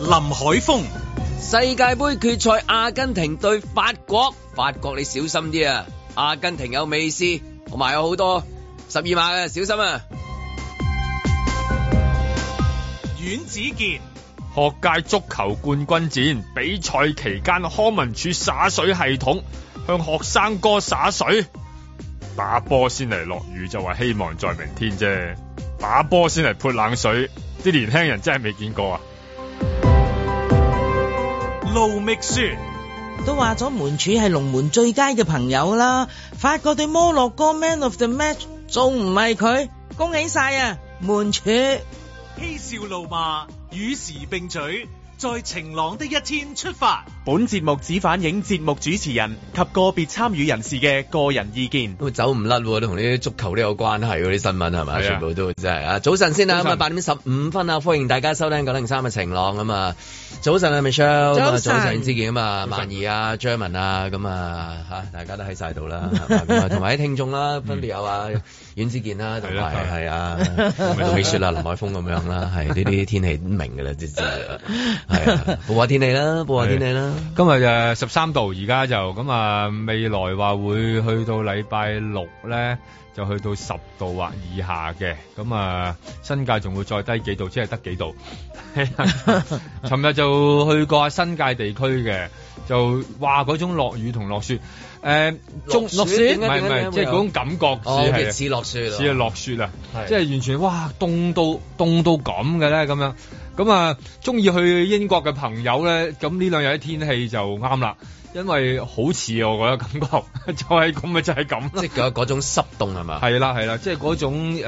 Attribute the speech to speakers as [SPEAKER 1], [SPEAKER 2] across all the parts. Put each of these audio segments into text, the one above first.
[SPEAKER 1] 海峰、
[SPEAKER 2] 世界杯決賽阿根廷對法國，法國你小心啲啊！阿根廷有美斯，同埋有好多十二碼嘅，小心啊！
[SPEAKER 1] 阮子健、
[SPEAKER 3] 學界足球冠軍戰比賽期間，康文署灑水系統向學生哥灑水，打波先嚟落雨就話希望在明天啫，打波先嚟潑冷水，啲年輕人真係未見過啊！
[SPEAKER 1] 盧覓雪、
[SPEAKER 4] 都話咗門柱係龍門最佳嘅朋友啦，法國對摩洛哥 Man of the Match 仲唔係佢？恭喜晒啊！門柱
[SPEAKER 1] 嬉笑怒罵，與時並舉，在晴朗的一天出發。
[SPEAKER 5] 本節目只反映節目主持人及個別參與人士嘅個人意見。
[SPEAKER 2] 都走唔甩喎，都同呢啲足球都有關係嗰啲新聞係
[SPEAKER 3] 係
[SPEAKER 2] 咪？
[SPEAKER 3] 啊
[SPEAKER 2] 全部都真係啊！早晨先啦，
[SPEAKER 3] 早
[SPEAKER 2] 咁啊
[SPEAKER 3] 晨
[SPEAKER 2] 八點十五分啊，歡迎大家收聽九零三嘅晴朗咁啊！早晨啊，Michelle，咁啊
[SPEAKER 4] 早晨
[SPEAKER 2] 早晨之健啊嘛，萬兒啊，Jerman 啊，咁啊嚇，大家都喺晒度啦，係嘛 咁啊同埋啲聽眾
[SPEAKER 5] 嗯
[SPEAKER 2] 啦，分別有啊阮之健啦，同埋係
[SPEAKER 3] 係
[SPEAKER 2] 啊
[SPEAKER 3] 係
[SPEAKER 2] 盧美雪啦、林海峰咁樣啦，係呢啲天氣都明㗎啦，即係 係
[SPEAKER 6] à.
[SPEAKER 2] 啊，報下天氣啦，報下天氣啦。
[SPEAKER 3] 今日誒十三度，而家就咁啊，未來話會去到禮拜六咧，就去到十度或以下嘅，咁啊新界仲會再低幾度， 只係得幾度。尋日就去過下新界地區嘅，就話嗰種落雨同落雪，誒、中
[SPEAKER 2] 落雪
[SPEAKER 3] 唔係唔係，即係嗰種感覺
[SPEAKER 2] 哦，
[SPEAKER 3] 似
[SPEAKER 2] 好
[SPEAKER 3] 係
[SPEAKER 2] 似似落雪啊
[SPEAKER 3] 似係落雪啊
[SPEAKER 2] 係！
[SPEAKER 3] 即係完全哇，凍到凍到咁嘅咧，咁樣咁啊，中意去英國嘅朋友咧，咁呢兩日啲天氣就啱啦，因為好似啊我覺得感覺 就係咁咪就係咁啦。
[SPEAKER 2] 即係嗰嗰種濕凍係嘛？
[SPEAKER 3] 係啦係啦，即係嗰種十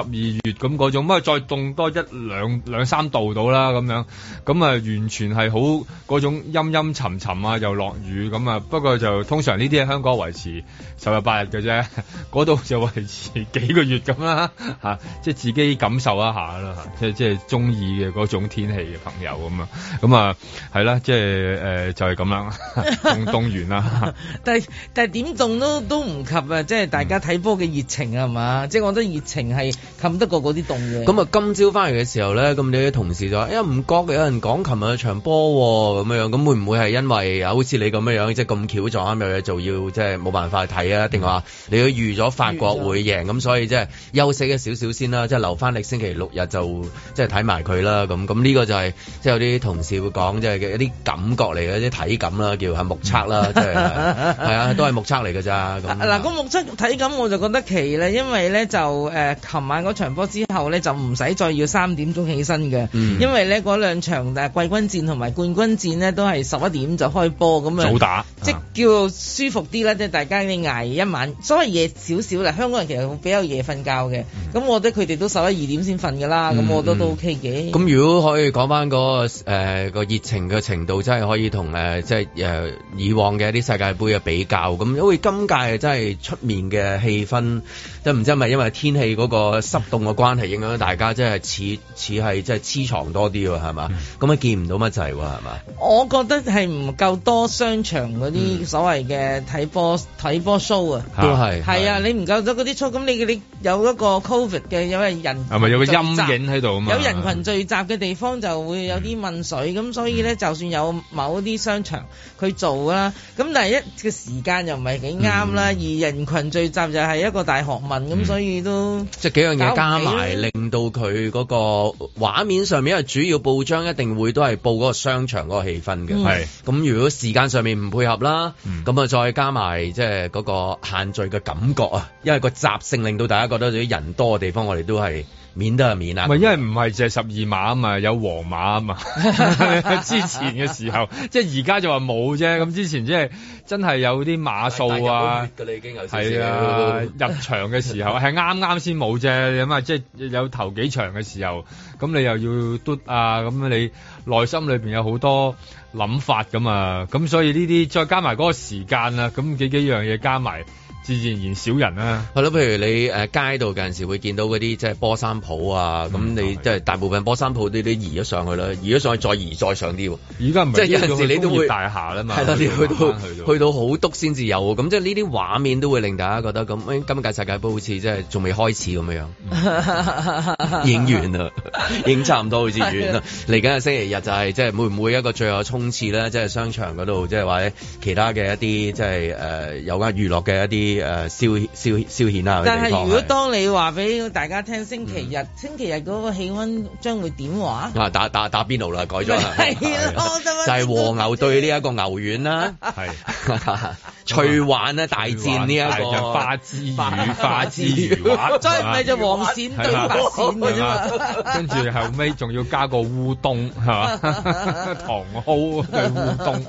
[SPEAKER 3] 二月咁嗰種，咁啊再凍多一兩兩三度到啦咁樣，咁啊完全係好嗰種陰陰沉沉啊，又落雨咁啊。不過就通常呢啲喺香港維持十日八日嘅啫， 嗰度就維持幾個月咁啦 嚇，即係自己感受一下啦嚇，即係即係中意嘅嗰種天氣嘅朋友咁啊，咁啊係啦，即係誒、呃就係咁啦， 凍凍完啦。
[SPEAKER 4] 但係但係點動都都唔及啊！即係大家睇波嘅熱情係嘛？即係我覺得熱情係冚得過嗰啲凍嘅。
[SPEAKER 2] 咁啊，今朝翻嚟嘅時候咧，咁你啲同事就話：，因為哎唔覺有人講琴日嘅場波喎，咁樣咁會唔會係因為啊好似你咁樣樣，即係咁巧撞啱有嘢做，要即係冇辦法去睇啊？定話你都預咗法國會贏，咁所以即係休息一少少先啦，即係留翻你星期六日就即係睇埋佢啦。咁咁呢個就係、即係有啲同事會講，即係嘅一啲感覺嚟嘅，啲體感啦，叫係目測啦，即係係啊，都係目測嚟㗎咋。咁
[SPEAKER 4] 嗱，咁目測睇咁我就覺得奇啦，因為咧就誒，呃琴、晚嗰場波之後咧就唔使再要三點鐘起身嘅，
[SPEAKER 2] 嗯
[SPEAKER 4] 因為咧嗰兩場誒季軍戰同埋冠軍戰咧都係十一點就開波咁啊，
[SPEAKER 3] 早打
[SPEAKER 4] 即
[SPEAKER 3] 啊
[SPEAKER 4] 叫做舒服啲啦，即係大家你捱一晚，所謂夜少少啦，香港人其實比較夜瞓覺嘅，咁、我覺得佢哋都十一二點先瞓㗎啦，咁、
[SPEAKER 2] 嗯
[SPEAKER 4] 我覺得都
[SPEAKER 2] 嗯
[SPEAKER 4] OK 嘅。
[SPEAKER 2] 咁如果可以講翻嗰個誒個熱情嘅程度，真係可以同誒即係誒以往嘅一啲世界盃嘅比較。咁因為今屆真係出面嘅氣氛，即係唔知係咪因為天氣嗰個濕凍嘅關係影響大家，即係似似係即係黐床多啲喎，係嘛？咁啊見唔到乜滯喎，係嘛？
[SPEAKER 4] 我覺得係唔夠多商場嗰
[SPEAKER 2] 嗯
[SPEAKER 4] 啲所謂嘅睇波睇波 show 啊。
[SPEAKER 2] 都係
[SPEAKER 4] 係啊，你唔夠咗嗰啲粗，咁你你有一個 covid 嘅，有人
[SPEAKER 3] 係咪有個陰
[SPEAKER 4] 聚集
[SPEAKER 3] 影喺度啊嘛？
[SPEAKER 4] 有人群聚集嘅地方就會有啲問水，咁、所以咧，
[SPEAKER 3] 嗯
[SPEAKER 4] 就算有某啲商場佢做啦，咁但係一個時間又唔係幾啱啦，
[SPEAKER 3] 嗯
[SPEAKER 4] 而人群聚集就係一個大學問，咁、所以都
[SPEAKER 2] 即係幾樣嘢加
[SPEAKER 4] 搞唔
[SPEAKER 2] 埋，
[SPEAKER 4] 起啦
[SPEAKER 2] 令到佢嗰個畫面上面，因為主要報章一定會都係報嗰個商場嗰個氣氛嘅。
[SPEAKER 4] 嗯
[SPEAKER 3] 係
[SPEAKER 2] 咁如果時間上面唔配合啦，
[SPEAKER 3] 嗯
[SPEAKER 2] 咁啊再加埋即係嗰個限聚嘅感覺啊，因為個習性令到大家覺得啲人多嘅地方，我哋都係免得係免啊
[SPEAKER 3] 唔。係，因為唔係淨係十二碼啊嘛， 有皇馬啊嘛。之前嘅時候，即係而家就話冇啫。咁之前即係真係有啲碼數啊，
[SPEAKER 2] 但係入到血㗎啦已經有少少
[SPEAKER 3] 係啊，入場嘅 時候係啱啱先冇啫。你諗下，即係有頭幾場嘅時候，咁你又要嘟啊，咁你內心裏邊有好多諗法咁啊，咁所以呢啲再加埋嗰個時間啊，咁幾幾樣嘢加埋。自自然然少人啦。
[SPEAKER 2] 係咯，譬如你誒、呃街度有陣時會見到嗰啲即係波衫鋪啊，咁、
[SPEAKER 3] 嗯
[SPEAKER 2] 你
[SPEAKER 3] 係
[SPEAKER 2] 即係大部分波衫鋪都都移咗上去啦，移咗上去再移再上啲喎。
[SPEAKER 3] 而家唔
[SPEAKER 2] 即係
[SPEAKER 3] 係
[SPEAKER 2] 有陣時你都會
[SPEAKER 3] 工業大廈啦嘛，
[SPEAKER 2] 係啦，你去到
[SPEAKER 3] 慢慢
[SPEAKER 2] 去到好篤先至有喎，咁即係呢啲畫面都會令大家覺得咁，誒今屆世界盃好似即係仲未開始咁樣 樣。影完啦，影差唔多好似完
[SPEAKER 4] 啊
[SPEAKER 2] 啦。嚟緊嘅星期日就係即係會唔會一個最後嘅衝刺咧？即係商場嗰度，即係或者其他嘅一啲即係誒有關娛樂嘅一啲誒消消消遣啊嘅
[SPEAKER 4] 但
[SPEAKER 2] 地
[SPEAKER 4] 係
[SPEAKER 2] 方
[SPEAKER 4] 如果
[SPEAKER 2] 係嗯
[SPEAKER 4] 當你話俾大家聽星期日，星期日嗰個氣温將會點話？
[SPEAKER 2] 啊打打打邊爐啦，改咗啦，
[SPEAKER 4] 咪 係
[SPEAKER 2] 係啊
[SPEAKER 4] 咯
[SPEAKER 2] 就係和牛對呢一個牛丸啦。
[SPEAKER 3] 係。
[SPEAKER 2] 翠環咧大戰呢一個
[SPEAKER 3] 花枝魚花枝 魚 畫，
[SPEAKER 4] 再唔係就黃線對白線嘅啫嘛。
[SPEAKER 3] 跟住後尾仲要加個烏冬係 嘛，糖蒿對烏冬，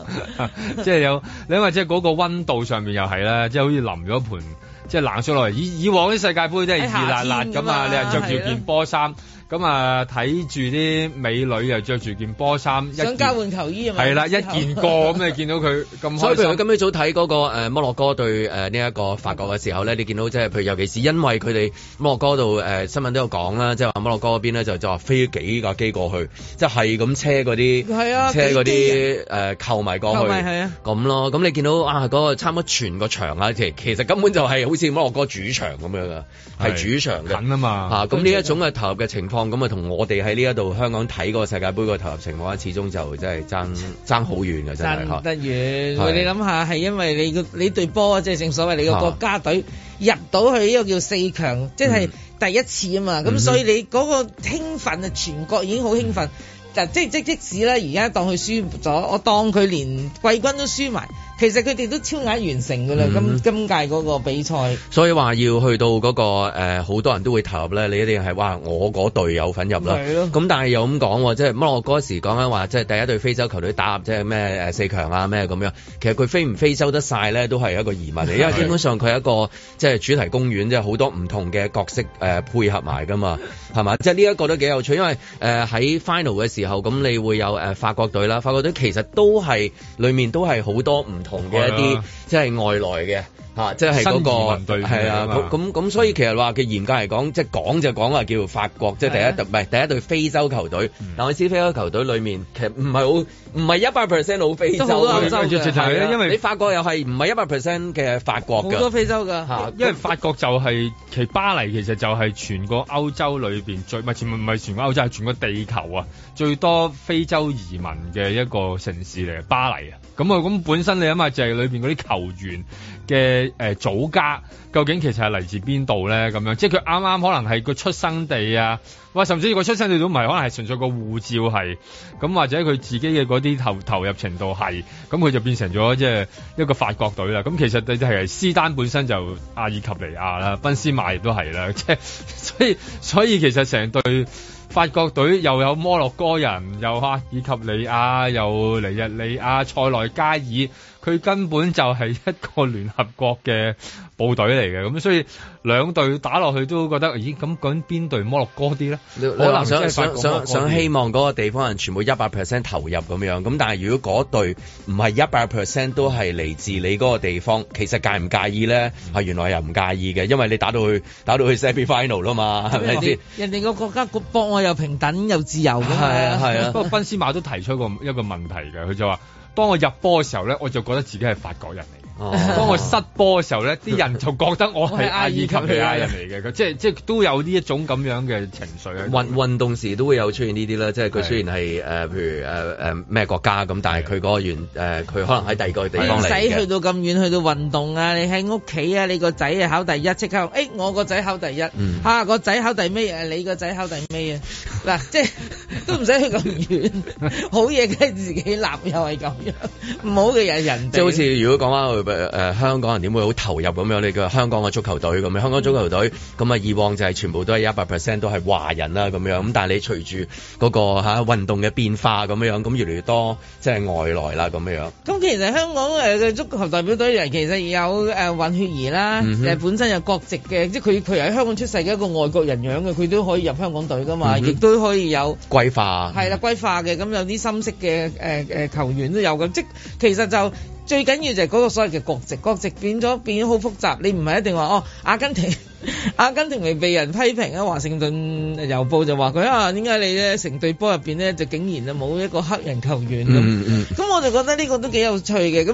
[SPEAKER 3] 即係有你因為即係嗰個温度上面又係啦，即係好似淋咗盤即係冷水落嚟。以以往啲世界盃都係熱辣
[SPEAKER 2] 哎
[SPEAKER 3] 辣㗎嘛，
[SPEAKER 4] 喺夏天㗎嘛
[SPEAKER 3] 你
[SPEAKER 2] 啊
[SPEAKER 3] 係着住
[SPEAKER 4] 係
[SPEAKER 3] 件
[SPEAKER 4] 咯
[SPEAKER 3] 波衫，咁啊睇住啲美女又着住件波衫，一
[SPEAKER 4] 想
[SPEAKER 3] 件
[SPEAKER 4] 交換球衣係啊咪？
[SPEAKER 3] 係啦，一件過咁你見到佢咁
[SPEAKER 2] 所以
[SPEAKER 3] 開
[SPEAKER 2] 譬如佢
[SPEAKER 3] 心。
[SPEAKER 2] 今朝早睇嗰、個、呃、摩洛哥對誒呢一個法國嘅時候咧，你見到即係譬如尤其是因為佢哋摩洛哥度誒、呃新聞都有講啦，即係話摩洛哥嗰邊咧就就話飛幾架機過去，即係係咁車嗰啲
[SPEAKER 4] 係啊
[SPEAKER 2] 車嗰
[SPEAKER 4] 幾機
[SPEAKER 2] 啲誒球迷過
[SPEAKER 4] 購
[SPEAKER 2] 去，
[SPEAKER 4] 迷係啊
[SPEAKER 2] 咁咯。咁你見到啊嗰、個差唔多全個場啊，其其實根本就係好似摩洛哥主場咁樣噶，係主場嘅。
[SPEAKER 3] 近啊嘛，
[SPEAKER 2] 啊，咁呢一種嘅投入嘅情況，咁啊同我哋喺呢一度香港睇嗰個世界盃個投入情況咧，始終就真係爭爭好遠嘅，真係
[SPEAKER 4] 爭
[SPEAKER 2] 嚇
[SPEAKER 4] 得遠，
[SPEAKER 2] 係
[SPEAKER 4] 你諗下係因為你個你隊波即係正所謂你個
[SPEAKER 2] 啊
[SPEAKER 4] 國家隊入到去呢個叫四強，即係第一次啊嘛，咁、
[SPEAKER 2] 嗯嗯哼
[SPEAKER 4] 所以你嗰個興奮啊，全國已經好興奮。嗱，即即即使啦，而家當佢輸咗，我當佢連季軍都輸埋，其實佢哋都超額完成㗎啦。
[SPEAKER 2] 嗯哼
[SPEAKER 4] 今今屆嗰個比賽。
[SPEAKER 2] 所以話要去到嗰、個呃好、多人都會投入咧，你一定係哇，我嗰隊有份入啦。
[SPEAKER 4] 係咯
[SPEAKER 2] 咁但係又咁講喎，即係摩洛哥時講緊話，啊即係第一隊非洲球隊打入即係咩誒四強啊咩咁樣。其實佢非唔非洲得晒咧，都係一個疑問嚟，因為基本上佢係一個即係主題公園，即係好多唔同嘅角色誒、呃配合埋㗎嘛，係嘛？即係呢一個都幾有趣，因呃為誒喺、final 嘅時候，咁你會有誒、呃法國隊啦，法國隊其實都係裡面都係好多唔同嘅一
[SPEAKER 3] 係
[SPEAKER 2] 啲
[SPEAKER 3] 啊
[SPEAKER 2] 即係外來嘅嚇、即係嗰、
[SPEAKER 3] 新移民
[SPEAKER 2] 個
[SPEAKER 3] 隊伍
[SPEAKER 2] 係啊
[SPEAKER 3] 嚟㗎嘛
[SPEAKER 2] 咁咁咁，所以其實話佢嚴格嚟講，即係講就講話叫法國，即係第
[SPEAKER 4] 係啊
[SPEAKER 2] 一隊唔係第一隊非洲球隊。
[SPEAKER 3] 嗯
[SPEAKER 2] 但我知非洲球隊裡面其實唔係好唔係一百 percent 好非洲
[SPEAKER 4] 都好
[SPEAKER 2] 嘅
[SPEAKER 4] 歐洲嘅
[SPEAKER 2] 係啊
[SPEAKER 3] 因為
[SPEAKER 2] 你法國又係唔係一百 percent 嘅法國
[SPEAKER 4] 好多
[SPEAKER 2] 㗎
[SPEAKER 4] 非洲㗎，
[SPEAKER 2] 嚇，
[SPEAKER 3] 啊因為法國就係、其實巴黎其實就係全個歐洲裏邊最唔係全唔係全個歐洲係全個地球啊最多非洲移民嘅一個城市嚟，巴黎啊。咁啊咁本身你諗下就係裏邊嗰啲球員嘅誒、呃祖家究竟其實係嚟自邊度咧？咁樣即係佢啱啱可能係個出生地啊，哇！甚至個出生地都唔係，可能係純粹個護照係咁，或者佢自己嘅嗰啲投投入程度係咁，佢就變成咗即係一個法國隊啦。咁其實你就係斯丹本身就阿爾及利亞啦，賓斯馬亦都係啦，即 係所以所以其實成隊法國隊又有摩洛哥人，又阿爾及利亞，又尼日利亞、塞內加爾。佢根本就係一個聯合國嘅部隊嚟嘅，咁所以兩隊打落去都覺得，咦咁咁邊隊摩洛哥啲咧？
[SPEAKER 2] 你
[SPEAKER 3] 可能真
[SPEAKER 2] 想
[SPEAKER 3] 係法
[SPEAKER 2] 想
[SPEAKER 3] 國
[SPEAKER 2] 想想
[SPEAKER 3] 嗰邊
[SPEAKER 2] 希望嗰個地方人全部一百 percent 投入咁樣，咁但係如果嗰隊唔係一百 percent 都係嚟自你嗰個地方，其實介唔介意咧？
[SPEAKER 3] 嗯
[SPEAKER 2] 係原來又唔介意嘅，因為你打到去打到去 semi final 啦嘛，係咪先？
[SPEAKER 4] 人哋個國家個博愛又平等又自由㗎
[SPEAKER 2] 係
[SPEAKER 4] 嘛
[SPEAKER 2] 啊係
[SPEAKER 3] 不
[SPEAKER 2] 啊，
[SPEAKER 3] 過賓斯馬都提出過一個問題嘅，佢就話：當我入波嘅時候咧，我就覺得自己係法國人嚟嘅。
[SPEAKER 2] 哦
[SPEAKER 3] 當我失波嘅時候咧，啲人就覺得我
[SPEAKER 4] 我係
[SPEAKER 3] 係
[SPEAKER 4] 阿
[SPEAKER 3] 阿爾
[SPEAKER 4] 爾及
[SPEAKER 3] 及
[SPEAKER 4] 利
[SPEAKER 3] 利
[SPEAKER 4] 亞
[SPEAKER 3] 亞
[SPEAKER 4] 人
[SPEAKER 3] 人嚟嘅，即係即係都有呢一種咁樣嘅情緒喺度
[SPEAKER 2] 運運動時都會有出現呢啲啦，即係佢
[SPEAKER 3] 係
[SPEAKER 2] 雖然係誒、呃譬如誒誒咩國家咁，但係佢嗰個原呃誒佢、可能喺第二個地
[SPEAKER 4] 你唔
[SPEAKER 2] 方嚟
[SPEAKER 4] 使去
[SPEAKER 2] 嘅。
[SPEAKER 4] 到咁遠，去到運動啊！你喺屋企啊，你個仔啊考第一，即刻誒、哎我個仔考第一，嚇、
[SPEAKER 6] Ừ.
[SPEAKER 2] 嗯
[SPEAKER 4] 個仔考第尾啊，你個仔考第尾啊！嗱， 即係都唔使去咁遠，好嘢梗係自己立，又係咁樣，唔好嘅人人哋。
[SPEAKER 2] 即係好似如果講翻誒誒香港人點會好投入咁樣，你叫香港嘅足球隊咁樣，香港足球
[SPEAKER 4] 嗯
[SPEAKER 2] 隊咁啊以往就係全部都係一百 percent 都係華人啦咁樣，咁但係你隨住嗰個嚇運動嘅變化咁樣，咁越嚟越多即係外來啦咁樣。
[SPEAKER 4] 咁其實香港誒嘅足球代表隊人其實有誒、呃、混血兒啦，誒、
[SPEAKER 2] 嗯哼
[SPEAKER 4] 本身有國籍嘅，即係佢佢喺香港出世嘅一個外國人樣嘅，佢都可以入香港隊噶嘛，
[SPEAKER 2] 嗯哼
[SPEAKER 4] 啊亦都可以有。
[SPEAKER 2] 歸化
[SPEAKER 4] 係啦，歸化嘅咁有啲深色嘅誒誒球員都有咁，即其實就最緊要就係嗰個所謂嘅國籍，國籍變咗變咗好複雜。你唔係一定話哦，阿根廷 阿根廷咪被人批評啊，華盛頓郵報就話佢啊，點解你咧成隊波入邊咧就竟然啊冇一個黑人球
[SPEAKER 6] Ừ,
[SPEAKER 4] 員咁？
[SPEAKER 2] 嗯 嗯
[SPEAKER 4] 咁我就覺得呢個都幾有趣嘅。咁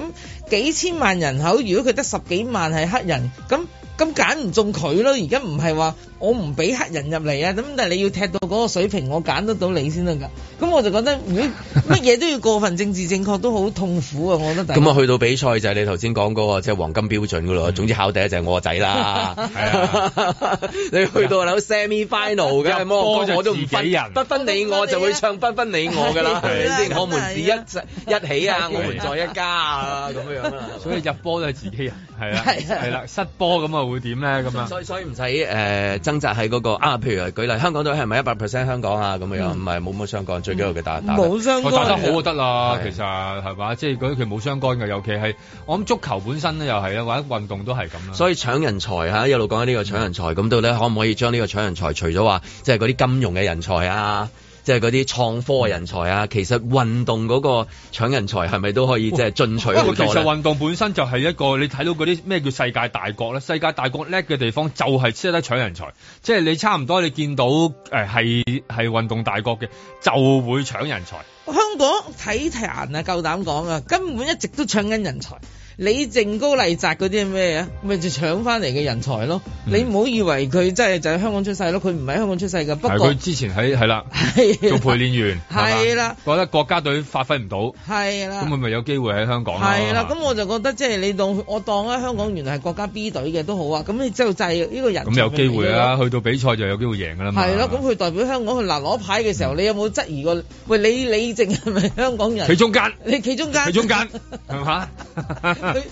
[SPEAKER 4] 幾千萬人口，如果佢得十幾萬係黑人，咁咁揀唔中佢咯。而家唔係話我唔俾黑人入嚟啊，咁但係你要踢到嗰個水平，我揀得到你先得㗎。咁我就覺得，如果乜嘢都要過分政治正確，都好痛苦啊！我覺得 大家。
[SPEAKER 2] 咁啊，去到比賽就係你頭先講嗰個即係黃金標準噶咯。
[SPEAKER 4] 嗯
[SPEAKER 2] 總之考第一就係我個仔
[SPEAKER 3] 啊
[SPEAKER 2] 啦。
[SPEAKER 4] 啊哎
[SPEAKER 2] 你去到有 semi final 嘅
[SPEAKER 3] 入
[SPEAKER 2] 摩
[SPEAKER 3] 波
[SPEAKER 2] 洛哥
[SPEAKER 3] 就
[SPEAKER 2] 我都
[SPEAKER 3] 自
[SPEAKER 2] 唔
[SPEAKER 3] 己
[SPEAKER 2] 分
[SPEAKER 3] 人
[SPEAKER 2] 不分你啊我就會唱不分你我 㗎啦，係
[SPEAKER 4] 係
[SPEAKER 2] 咪
[SPEAKER 4] 啦
[SPEAKER 2] 先？我們是一
[SPEAKER 4] 真
[SPEAKER 2] 一起啊，我們在一家啊，咁樣樣啦。
[SPEAKER 3] 所以入波都係自己人，係啊，
[SPEAKER 4] 係啊
[SPEAKER 3] 係啦，失波咁啊會點咧咁啊？
[SPEAKER 2] 所以所以唔使誒掙扎喺嗰個啊，譬如舉例香港隊係咪一百 percent 香港啊咁樣樣？唔係冇乜相干，最緊要佢打打得
[SPEAKER 4] 冇相
[SPEAKER 3] 我
[SPEAKER 4] 干
[SPEAKER 3] 打得好
[SPEAKER 4] 㗎
[SPEAKER 3] 就得啦，
[SPEAKER 2] 係
[SPEAKER 3] 其實係嘛，即係嗰啲佢冇相干嘅，尤其係我諗足球本身咧又係啊啦，或者運動都係咁啦。
[SPEAKER 2] 所以搶人才嚇，一路講緊呢個搶人才，咁到底可唔可以將呢個搶人才，除咗話即係嗰啲金融嘅人才啊，即係嗰啲創科嘅人才啊，其實運動嗰個搶人才係咪都可以即係進取
[SPEAKER 3] 因
[SPEAKER 2] 好
[SPEAKER 3] 為其
[SPEAKER 2] 多
[SPEAKER 3] 實
[SPEAKER 2] 咧？
[SPEAKER 3] 運動本身就係一個你睇到嗰啲咩叫世界大國咧，世界大國叻嘅地方就係識得搶人才，即係你差唔多你見到誒係係運動大國嘅就會搶人才，
[SPEAKER 4] 香港體壇啊，夠膽講啊，根本一直都搶緊人才。你靜高麗澤嗰啲係咩啊？咪就搶翻嚟嘅人才咯。
[SPEAKER 3] 嗯
[SPEAKER 4] 你唔好以為佢真係就係香港出世咯，佢唔係香港出世㗎。不
[SPEAKER 3] 係
[SPEAKER 4] 過
[SPEAKER 3] 佢之前喺係啦
[SPEAKER 4] 係
[SPEAKER 3] 做
[SPEAKER 4] 啦
[SPEAKER 3] 陪練 員，
[SPEAKER 4] 係啦
[SPEAKER 3] 係嘛覺得國家隊發揮唔到，
[SPEAKER 4] 係
[SPEAKER 3] 咁
[SPEAKER 4] 啦
[SPEAKER 3] 佢。咪有機會喺香港咯
[SPEAKER 4] 係啦，
[SPEAKER 3] 係
[SPEAKER 4] 咁
[SPEAKER 3] 嘛
[SPEAKER 4] 我就覺得即係你當我當咧香港原來係國家 B 隊嘅都好啊，咁你之後就係呢個人
[SPEAKER 3] 咁有機會
[SPEAKER 4] 啦。
[SPEAKER 3] 啦，去到比賽就有機會贏㗎啦嘛。
[SPEAKER 4] 係咯，咁佢代表香港去嗱攞牌嘅時候，你有冇質疑過？喂，你你淨係咪香港
[SPEAKER 3] 企
[SPEAKER 4] 人？
[SPEAKER 3] 中間，
[SPEAKER 4] 你企中間，
[SPEAKER 3] 企中 間係嘛？
[SPEAKER 4] 佢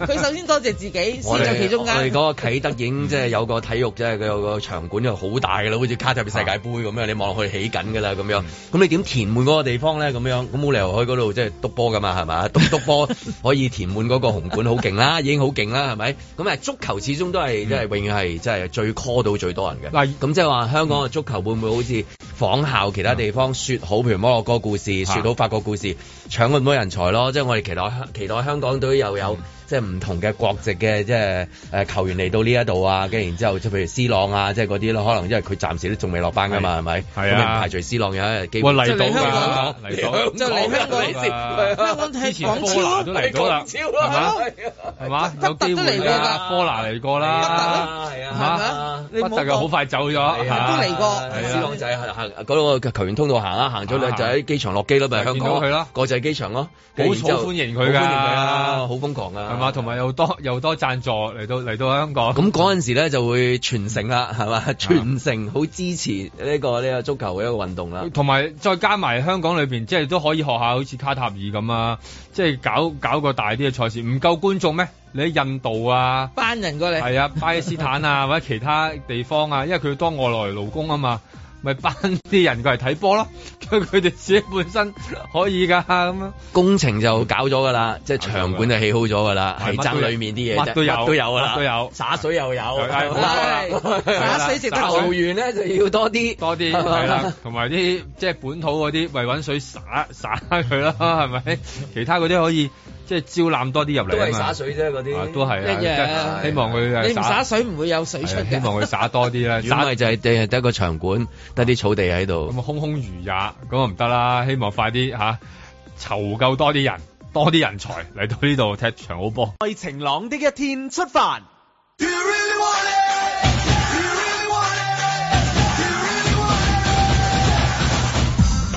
[SPEAKER 4] 佢首先多謝自己，先
[SPEAKER 2] 我哋
[SPEAKER 4] 有企中
[SPEAKER 2] 我哋
[SPEAKER 4] 間。
[SPEAKER 2] 嗰個啟德已經即係有個體育，即係佢有個場館就好大㗎啦，好似卡塔爾世界盃咁樣，你望落去起緊㗎啦咁
[SPEAKER 4] 嗯
[SPEAKER 2] 樣。咁你點填滿嗰個地方咧？咁樣咁冇理由去嗰度即係篤波㗎嘛，係 嘛？篤篤波可以填滿嗰個紅館，好勁啦， 已經好勁啦，係咪？咁啊，足球始終都
[SPEAKER 4] 嗯
[SPEAKER 2] 係即係永遠係即係最 call 到最多人嘅。
[SPEAKER 3] 嗱
[SPEAKER 2] 咁即係話香
[SPEAKER 4] 嗯
[SPEAKER 2] 港嘅足球會唔會好似仿效其他地方説好，譬如摩洛哥故事、
[SPEAKER 3] 啊
[SPEAKER 2] 説好法國故事，搶咁多人才咯？即係我哋期待香期待香港隊又有
[SPEAKER 3] 嗯
[SPEAKER 2] 即係唔同嘅國籍嘅即係誒球員嚟到呢一度啊，跟住然之後即係譬如 C 朗啊，即係嗰啲咯，可能因為佢暫時都仲未落班㗎嘛，係咪？
[SPEAKER 3] 係啊
[SPEAKER 2] 咁你唔排除 C 朗有一日機
[SPEAKER 3] 喂
[SPEAKER 2] 會
[SPEAKER 3] 嚟到
[SPEAKER 4] 即係嚟香
[SPEAKER 3] 㗎
[SPEAKER 4] 港，
[SPEAKER 3] 嚟到
[SPEAKER 4] 即係嚟香港
[SPEAKER 3] 嚟到㗎
[SPEAKER 4] 香港
[SPEAKER 3] 之
[SPEAKER 4] 踢
[SPEAKER 3] 前
[SPEAKER 4] 港
[SPEAKER 3] 波拿
[SPEAKER 4] 超
[SPEAKER 3] 都。嚟到啦，
[SPEAKER 2] 超
[SPEAKER 3] 係嘛
[SPEAKER 2] 啦，
[SPEAKER 3] 係嘛？
[SPEAKER 4] 北
[SPEAKER 3] 有機
[SPEAKER 4] 特都
[SPEAKER 3] 會
[SPEAKER 4] 嚟過
[SPEAKER 3] 啦，
[SPEAKER 4] 㗎
[SPEAKER 3] 波拿嚟過啦，
[SPEAKER 2] 係
[SPEAKER 4] 係
[SPEAKER 2] 啊
[SPEAKER 4] 咪。啊？你
[SPEAKER 3] 北特又好
[SPEAKER 4] 冇講
[SPEAKER 3] 快走咗，
[SPEAKER 2] 係
[SPEAKER 4] 啊
[SPEAKER 3] 嚇
[SPEAKER 4] 都嚟過
[SPEAKER 2] 係啊
[SPEAKER 3] 係
[SPEAKER 2] 斯
[SPEAKER 3] 啊
[SPEAKER 2] 朗仔行行嗰個球員通道行啦，行咗兩就喺機場落機啦，咪香港
[SPEAKER 3] 見到佢啦
[SPEAKER 2] 國際機場咯，
[SPEAKER 3] 好
[SPEAKER 2] 跟住然之後
[SPEAKER 3] 好歡迎佢
[SPEAKER 2] 好歡迎
[SPEAKER 3] 㗎
[SPEAKER 2] 佢啊，好瘋狂啊，
[SPEAKER 3] 係嘛？同埋又多又多贊助嚟到嚟到香港，
[SPEAKER 2] 咁嗰陣時咧就會全城啊啦，係嘛？ 全城好支持呢個呢個足球嘅一個運動啦。
[SPEAKER 3] 同埋再加埋香港裏邊，即係都可以學下好似卡塔爾咁啊，即係搞搞個大啲嘅賽事，唔夠觀眾咩？你喺印度啊？
[SPEAKER 4] 班人過嚟，
[SPEAKER 3] 係啊，巴基斯坦啊 或者其他地方啊，因為佢要當外來勞工啊嘛，咪班啲人過嚟睇波咯， 佢佢哋自己本身可以㗎咁樣，
[SPEAKER 2] 工程就搞咗㗎啦，即係場館就起好咗㗎啦，係
[SPEAKER 3] 係乜都
[SPEAKER 2] 爭
[SPEAKER 3] 有
[SPEAKER 2] 裡面啲嘢啫
[SPEAKER 3] 乜都有
[SPEAKER 2] 乜都有㗎
[SPEAKER 3] 乜
[SPEAKER 2] 啦，
[SPEAKER 3] 都有
[SPEAKER 2] 灑水又有，
[SPEAKER 3] 係冇
[SPEAKER 4] 錯啦
[SPEAKER 2] 係
[SPEAKER 4] 灑水
[SPEAKER 3] 灑水
[SPEAKER 4] 直頭
[SPEAKER 2] 球員咧就要多啲
[SPEAKER 3] 多 啲
[SPEAKER 2] 係嘛
[SPEAKER 3] 係啦，同埋啲即係本土嗰啲咪揾水灑灑佢啦， 係咪？其他嗰啲可以即係招攬多啲入
[SPEAKER 2] 都
[SPEAKER 3] 嚟
[SPEAKER 2] 係
[SPEAKER 3] 啊嘛
[SPEAKER 2] 灑，水啫嗰
[SPEAKER 3] 啊
[SPEAKER 2] 啲，
[SPEAKER 3] 都係啊
[SPEAKER 4] 一樣
[SPEAKER 3] 即係，希望佢誒
[SPEAKER 4] 你唔灑水唔會有水出
[SPEAKER 3] 係啊希
[SPEAKER 4] 嘅。
[SPEAKER 3] 望佢灑多啲 啦，
[SPEAKER 2] 如果唔係
[SPEAKER 3] 灑
[SPEAKER 2] 就係淨係得個場館，得啲草地喺度
[SPEAKER 3] 咁。啊空空如也，咁啊唔得啦，希望快啲嚇籌夠多啲人，多啲人才嚟到呢度踢長好波。
[SPEAKER 5] 在晴朗的一天出發。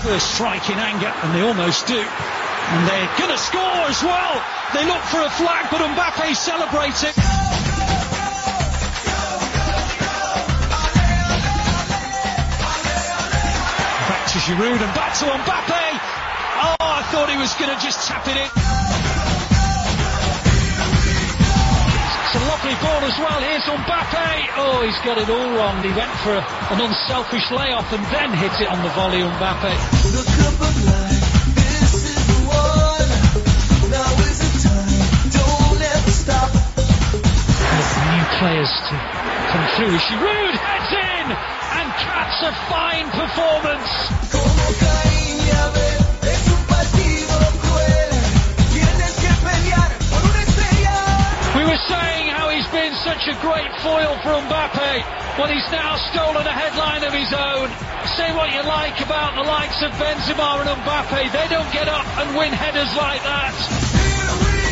[SPEAKER 7] They strike in anger, and they almost do. And they're going to score as well. They look for a flag, but Mbappe celebrates it. Back to Giroud and back to Mbappe. Oh, I thought he was going to just tap it in. It's a lovely ball as well. Here's Mbappe. Oh, he's got it all wrong. He went for a- an unselfish layoff and then hit it on the volley, Mbappe. with new players to come through. Giroud heads in and cats a fine performance. Such a great foil for Mbappe. Well, he's now stolen a headline of his own. Say what you like about the likes of Benzema and Mbappe. They don't get up and win headers like that.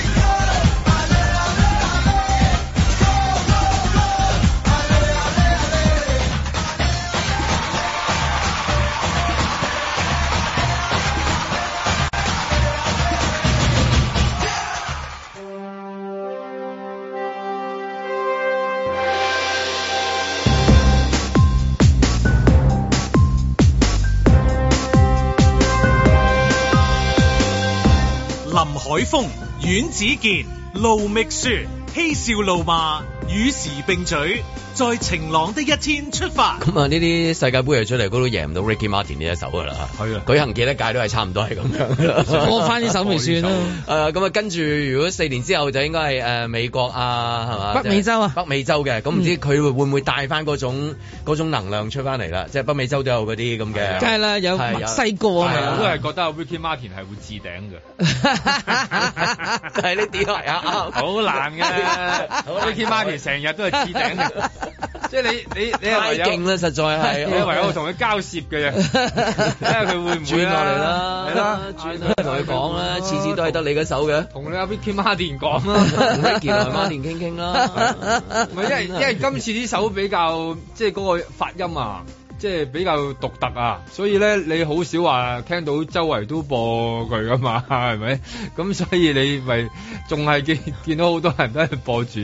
[SPEAKER 1] 林海峰、阮子健、路觅雪，嬉笑怒罵，與時並舉，在晴朗的一天出發。
[SPEAKER 2] 咁啊，呢啲世界盃又出嚟，嗰度贏唔到 Ricky Martin 呢一首㗎啦。
[SPEAKER 3] 係啊
[SPEAKER 2] 舉行幾多屆都係差唔多係咁樣㗎啦。
[SPEAKER 4] 攞翻啲手未算啦。
[SPEAKER 2] 誒咁啊，跟住如果四年之後就應該係誒、呃美國啊，係嘛？
[SPEAKER 4] 北美洲啊
[SPEAKER 2] 即係北美洲嘅，咁唔知佢會會唔會帶翻嗰種嗰種能量出翻嚟啦？即係北美洲都有嗰啲咁嘅，
[SPEAKER 4] 梗係啦，有
[SPEAKER 2] 係
[SPEAKER 4] 墨西哥
[SPEAKER 3] 我
[SPEAKER 4] 啊
[SPEAKER 3] 都
[SPEAKER 4] 嘛
[SPEAKER 3] 係覺得 Ricky Martin 係會置頂嘅。
[SPEAKER 2] 就係呢 啲係啊，啱
[SPEAKER 3] 好難 嘅 Ricky Martin 成日都係置頂嘅， 即係你你你係
[SPEAKER 2] 太
[SPEAKER 3] 唯有
[SPEAKER 2] 勁啦，實 在係。
[SPEAKER 3] 你係唯有 同佢交涉嘅啫，睇下佢會唔會
[SPEAKER 2] 轉落嚟啦，
[SPEAKER 3] 係啦，
[SPEAKER 2] 轉落嚟同佢講啦，次次都係得你嗰首嘅，
[SPEAKER 3] 同你阿 Ricky Martin 講啊
[SPEAKER 2] 同
[SPEAKER 3] 啦。
[SPEAKER 2] Ricky 同 Martin 傾 傾 啦。
[SPEAKER 3] 唔係因為因為今次呢首比較即係嗰個發音啊，即係比較獨特啊，所以咧你好少話聽到周圍都播佢噶嘛， 係咪？咁所以你咪仲係見 見到好多人都係播住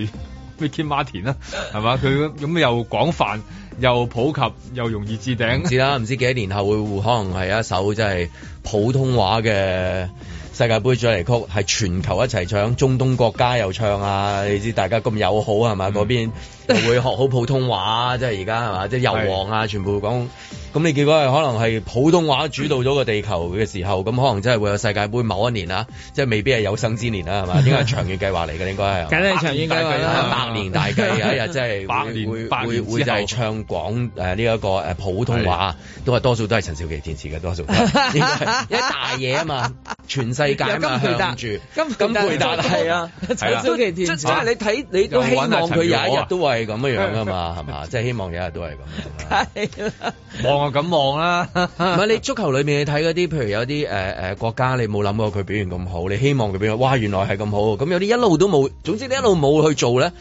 [SPEAKER 3] Ricky Martin 啦、係嘛？佢咁又廣泛又普及又容易置
[SPEAKER 2] 唔
[SPEAKER 3] 頂。
[SPEAKER 2] 知啦，唔知幾多年後會會可能係一首即係普通話嘅世界盃主題曲，係全球一齊唱，中東國家又唱啊！你知大家咁友好係嘛？嗰、邊又會學好普通話，即係而家係嘛？即係油王啊，全部講。咁你結果係可能係普通話主導咗個地球嘅時候，咁可能真係會有世界盃某一年啊，即係未必係有生之年啦，係嘛？應該係長遠計劃嚟嘅，應該係。
[SPEAKER 4] 梗係長遠計劃啦，
[SPEAKER 2] 百年大計有一日真係
[SPEAKER 3] 百年
[SPEAKER 2] 會
[SPEAKER 3] 百
[SPEAKER 2] 會
[SPEAKER 3] 年之後
[SPEAKER 2] 會就係唱廣誒呢一個誒普通話，都係多數都係陳少琪填詞嘅，多數都係應該係因為大嘢啊嘛，全世界啊
[SPEAKER 4] 有
[SPEAKER 2] 嘛
[SPEAKER 4] 金培達
[SPEAKER 2] 向住
[SPEAKER 4] 金培
[SPEAKER 2] 金
[SPEAKER 4] 達
[SPEAKER 2] 培達係 啊。
[SPEAKER 4] 陳小琪
[SPEAKER 2] 即
[SPEAKER 4] 填
[SPEAKER 2] 即係
[SPEAKER 4] 詞，
[SPEAKER 2] 你睇，你都希望佢有
[SPEAKER 3] 又
[SPEAKER 2] 一
[SPEAKER 3] 搵
[SPEAKER 2] 日
[SPEAKER 3] 啊
[SPEAKER 2] 都係咁樣樣噶嘛，係嘛？即係希望有一日都係咁樣啊。
[SPEAKER 4] 係啦
[SPEAKER 3] 望就咁望啦，
[SPEAKER 2] 唔係你足球裏面你睇嗰啲，譬如有啲誒誒國家，你冇諗過佢表現咁好，你希望佢表現，哇原來係咁好，咁有啲一路都冇，總之你一路冇去做咧，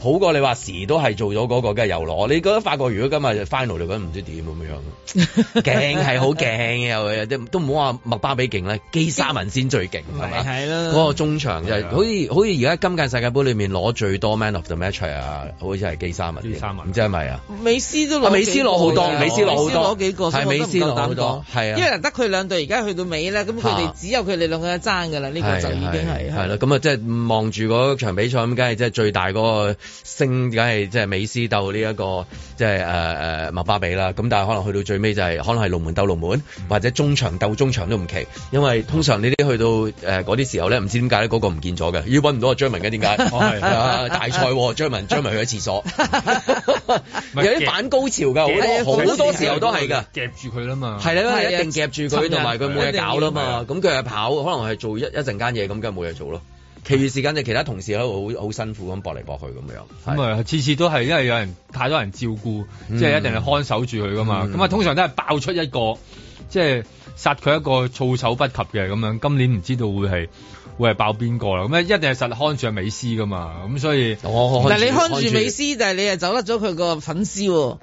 [SPEAKER 2] 好過你話時都係做咗嗰個嘅遊攞。你覺得法國如果今日 final 嚟講唔知點咁樣，勁係好勁，又有啲都唔好話麥巴比勁啦，基沙文先最勁係
[SPEAKER 4] 咪
[SPEAKER 2] 嘛？
[SPEAKER 4] 係
[SPEAKER 2] 嗰
[SPEAKER 4] 啦
[SPEAKER 2] 個。中場就係
[SPEAKER 3] 係啊
[SPEAKER 2] 好似好似而家今屆世界盃裏面攞最多 man of the match 啊，好似係基沙文，
[SPEAKER 3] 基沙文
[SPEAKER 2] 唔知係咪啊？
[SPEAKER 4] 美斯都
[SPEAKER 2] 啊
[SPEAKER 4] 攞，
[SPEAKER 2] 美斯攞好多美斯攞好多
[SPEAKER 4] 美斯攞幾個，所以
[SPEAKER 2] 係
[SPEAKER 4] 我
[SPEAKER 2] 美斯攞好多
[SPEAKER 4] 都唔夠膽講
[SPEAKER 2] 係啊
[SPEAKER 4] 因為得佢兩隊而家去到尾咧，咁佢哋
[SPEAKER 2] 嚇
[SPEAKER 4] 只有佢哋兩個爭㗎啦，呢個就已經係
[SPEAKER 2] 係啦，咁啊，即係望住嗰場比賽咁，梗係即係最大嗰個升，梗係即係美斯鬥呢、一個即係誒誒麥巴比啦。咁但係可能去到最尾就係、可能係龍門鬥龍 門，或者中場鬥中場都唔奇，因為通常呢啲去到誒嗰啲時候咧，唔知點解咧嗰個唔見咗嘅，咦揾唔到阿張文嘅點 解？
[SPEAKER 4] 哦
[SPEAKER 3] 係
[SPEAKER 2] 啊大賽喎，張文張文去咗廁所，有
[SPEAKER 3] 咪
[SPEAKER 2] 啲
[SPEAKER 3] 夾
[SPEAKER 2] 反高潮㗎，好多好多時候都係㗎。
[SPEAKER 3] 夾住佢啦嘛。
[SPEAKER 2] 係啦，因
[SPEAKER 4] 係啊
[SPEAKER 2] 為一定夾住佢，同埋佢冇嘢搞啦
[SPEAKER 3] 啊
[SPEAKER 2] 嘛。咁佢係跑，可能係做一一陣間嘢，咁梗係冇嘢做咯。其餘時間就其他同事喺度好好辛苦咁搏嚟搏去咁樣。
[SPEAKER 3] 咁
[SPEAKER 2] 係
[SPEAKER 3] 啊，次次都係因為有人太多人照顧，
[SPEAKER 2] 嗯
[SPEAKER 3] 即係一定係看守住佢噶嘛。
[SPEAKER 2] 嗯
[SPEAKER 3] 咁啊，通常都係爆出一個，即係殺佢一個措手不及嘅咁樣。今年唔知道會係會係爆邊個啦。咁啊一定係實看住阿美斯噶嘛。咁所以
[SPEAKER 2] 我
[SPEAKER 4] 但係你哦看住美斯，但係你又走甩咗佢個粉絲喎，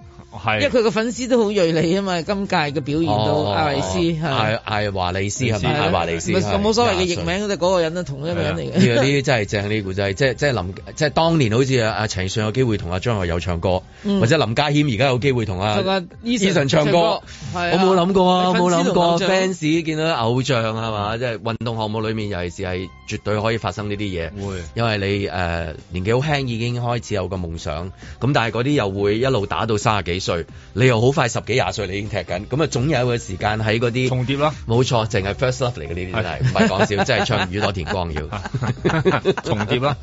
[SPEAKER 4] 因
[SPEAKER 3] 係
[SPEAKER 4] 為佢個粉絲都好鋭利啊嘛，今屆嘅表現到
[SPEAKER 2] 哦
[SPEAKER 4] 阿維斯係啊
[SPEAKER 2] 艾艾華利斯係咪？
[SPEAKER 3] 係
[SPEAKER 2] 艾華利斯
[SPEAKER 4] 咪冇所謂嘅
[SPEAKER 2] 係
[SPEAKER 4] 譯名都係嗰個人啊，同一個人嚟
[SPEAKER 2] 呢個
[SPEAKER 4] 嘅。
[SPEAKER 2] 呢真係正呢個故仔，即係即係林即係當年好似阿阿陳奕迅有機會同阿張學友唱歌，
[SPEAKER 4] 嗯
[SPEAKER 2] 或者林家謙而家有機會同阿
[SPEAKER 4] 同阿 Eason
[SPEAKER 2] 唱
[SPEAKER 4] 唱歌
[SPEAKER 2] 歌，
[SPEAKER 4] 係
[SPEAKER 2] 我
[SPEAKER 4] 啊
[SPEAKER 2] 冇諗過啊，我冇諗過
[SPEAKER 4] 粉絲同偶像
[SPEAKER 2] fans 見到偶像係嘛，即係運動項目裏面尤其是係絕對可以發生呢啲嘢。
[SPEAKER 3] 會
[SPEAKER 2] 因為你誒、呃年紀好輕已經開始有個夢想，咁但係嗰啲又會一路打到三十幾歲，你又好快十幾廿歲，你已經踢緊，咁啊總有一個時間喺嗰啲
[SPEAKER 3] 重疊啦，
[SPEAKER 2] 冇錯，淨係 first love 嚟嘅呢啲真係，唔係講笑，真係唱雨多田光耀
[SPEAKER 3] 重疊啦。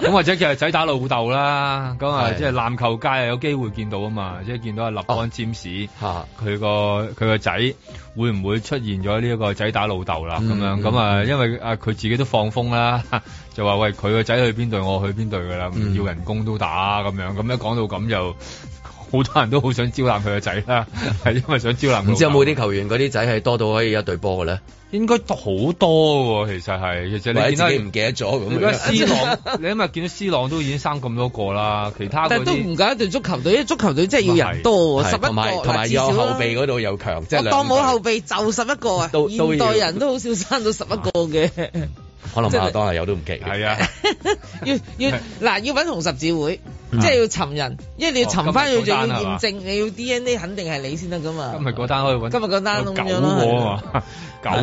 [SPEAKER 3] 咁或者叫仔打老豆啦，咁啊
[SPEAKER 2] 係
[SPEAKER 3] 即係籃球界啊有機會見到啊嘛，即係見到阿立
[SPEAKER 2] 哦
[SPEAKER 3] 安占士。
[SPEAKER 2] 嚇，
[SPEAKER 3] 佢個佢個仔會唔會出現咗呢一個仔打老豆啦？咁、
[SPEAKER 2] 嗯
[SPEAKER 3] 樣
[SPEAKER 2] 嗯
[SPEAKER 3] 咁啊，因為啊佢自己都放風啦， 就話喂佢個仔去邊隊，我去邊隊噶啦，唔、
[SPEAKER 2] 嗯
[SPEAKER 3] 要人工都打咁樣。咁一講到咁就好多人都好想招攬佢個仔 啦，係因為想招攬佢老豆。
[SPEAKER 2] 唔知有冇啲球員嗰啲仔係多到可以一隊波嘅咧？
[SPEAKER 3] 應該好多喎，其實係其實
[SPEAKER 2] 或者
[SPEAKER 3] 你
[SPEAKER 2] 自己
[SPEAKER 3] 見
[SPEAKER 2] 唔
[SPEAKER 3] 到。
[SPEAKER 2] 記得咗咁
[SPEAKER 3] 你而家
[SPEAKER 2] 樣。
[SPEAKER 3] C 朗， 你因為見到 C 朗都已經生咁多個啦，其他
[SPEAKER 4] 但
[SPEAKER 3] 嗰
[SPEAKER 4] 係都
[SPEAKER 3] 啲
[SPEAKER 4] 唔夠一隊足球隊，因為足球隊真係要人多喎，
[SPEAKER 2] 係
[SPEAKER 4] 十一個
[SPEAKER 2] 同埋同埋
[SPEAKER 4] 嗱至
[SPEAKER 2] 有
[SPEAKER 4] 少
[SPEAKER 2] 後
[SPEAKER 4] 啦
[SPEAKER 2] 備嗰度又強，即係
[SPEAKER 4] 我
[SPEAKER 2] 兩
[SPEAKER 4] 當冇
[SPEAKER 2] 隊
[SPEAKER 4] 後備就十一個啊！
[SPEAKER 2] 都都
[SPEAKER 4] 現
[SPEAKER 2] 要
[SPEAKER 4] 代人都好少生到十一個 嘅，
[SPEAKER 2] 可能
[SPEAKER 4] 真係
[SPEAKER 2] 馬當係有都唔奇。
[SPEAKER 3] 係啊，
[SPEAKER 4] 要要嗱要揾紅十字會，
[SPEAKER 2] 嗯
[SPEAKER 4] 即係要尋人，因為你要尋翻
[SPEAKER 3] 哦今日
[SPEAKER 4] 佢，仲
[SPEAKER 3] 嗰
[SPEAKER 4] 要
[SPEAKER 3] 單係嘛
[SPEAKER 2] 啊
[SPEAKER 4] 驗證，你要 DNA 肯定係你先得噶嘛。
[SPEAKER 3] 今日嗰單可以揾
[SPEAKER 4] 今日嗰單
[SPEAKER 3] 有
[SPEAKER 4] 咁
[SPEAKER 3] 九
[SPEAKER 4] 樣啦
[SPEAKER 3] 個啊嘛，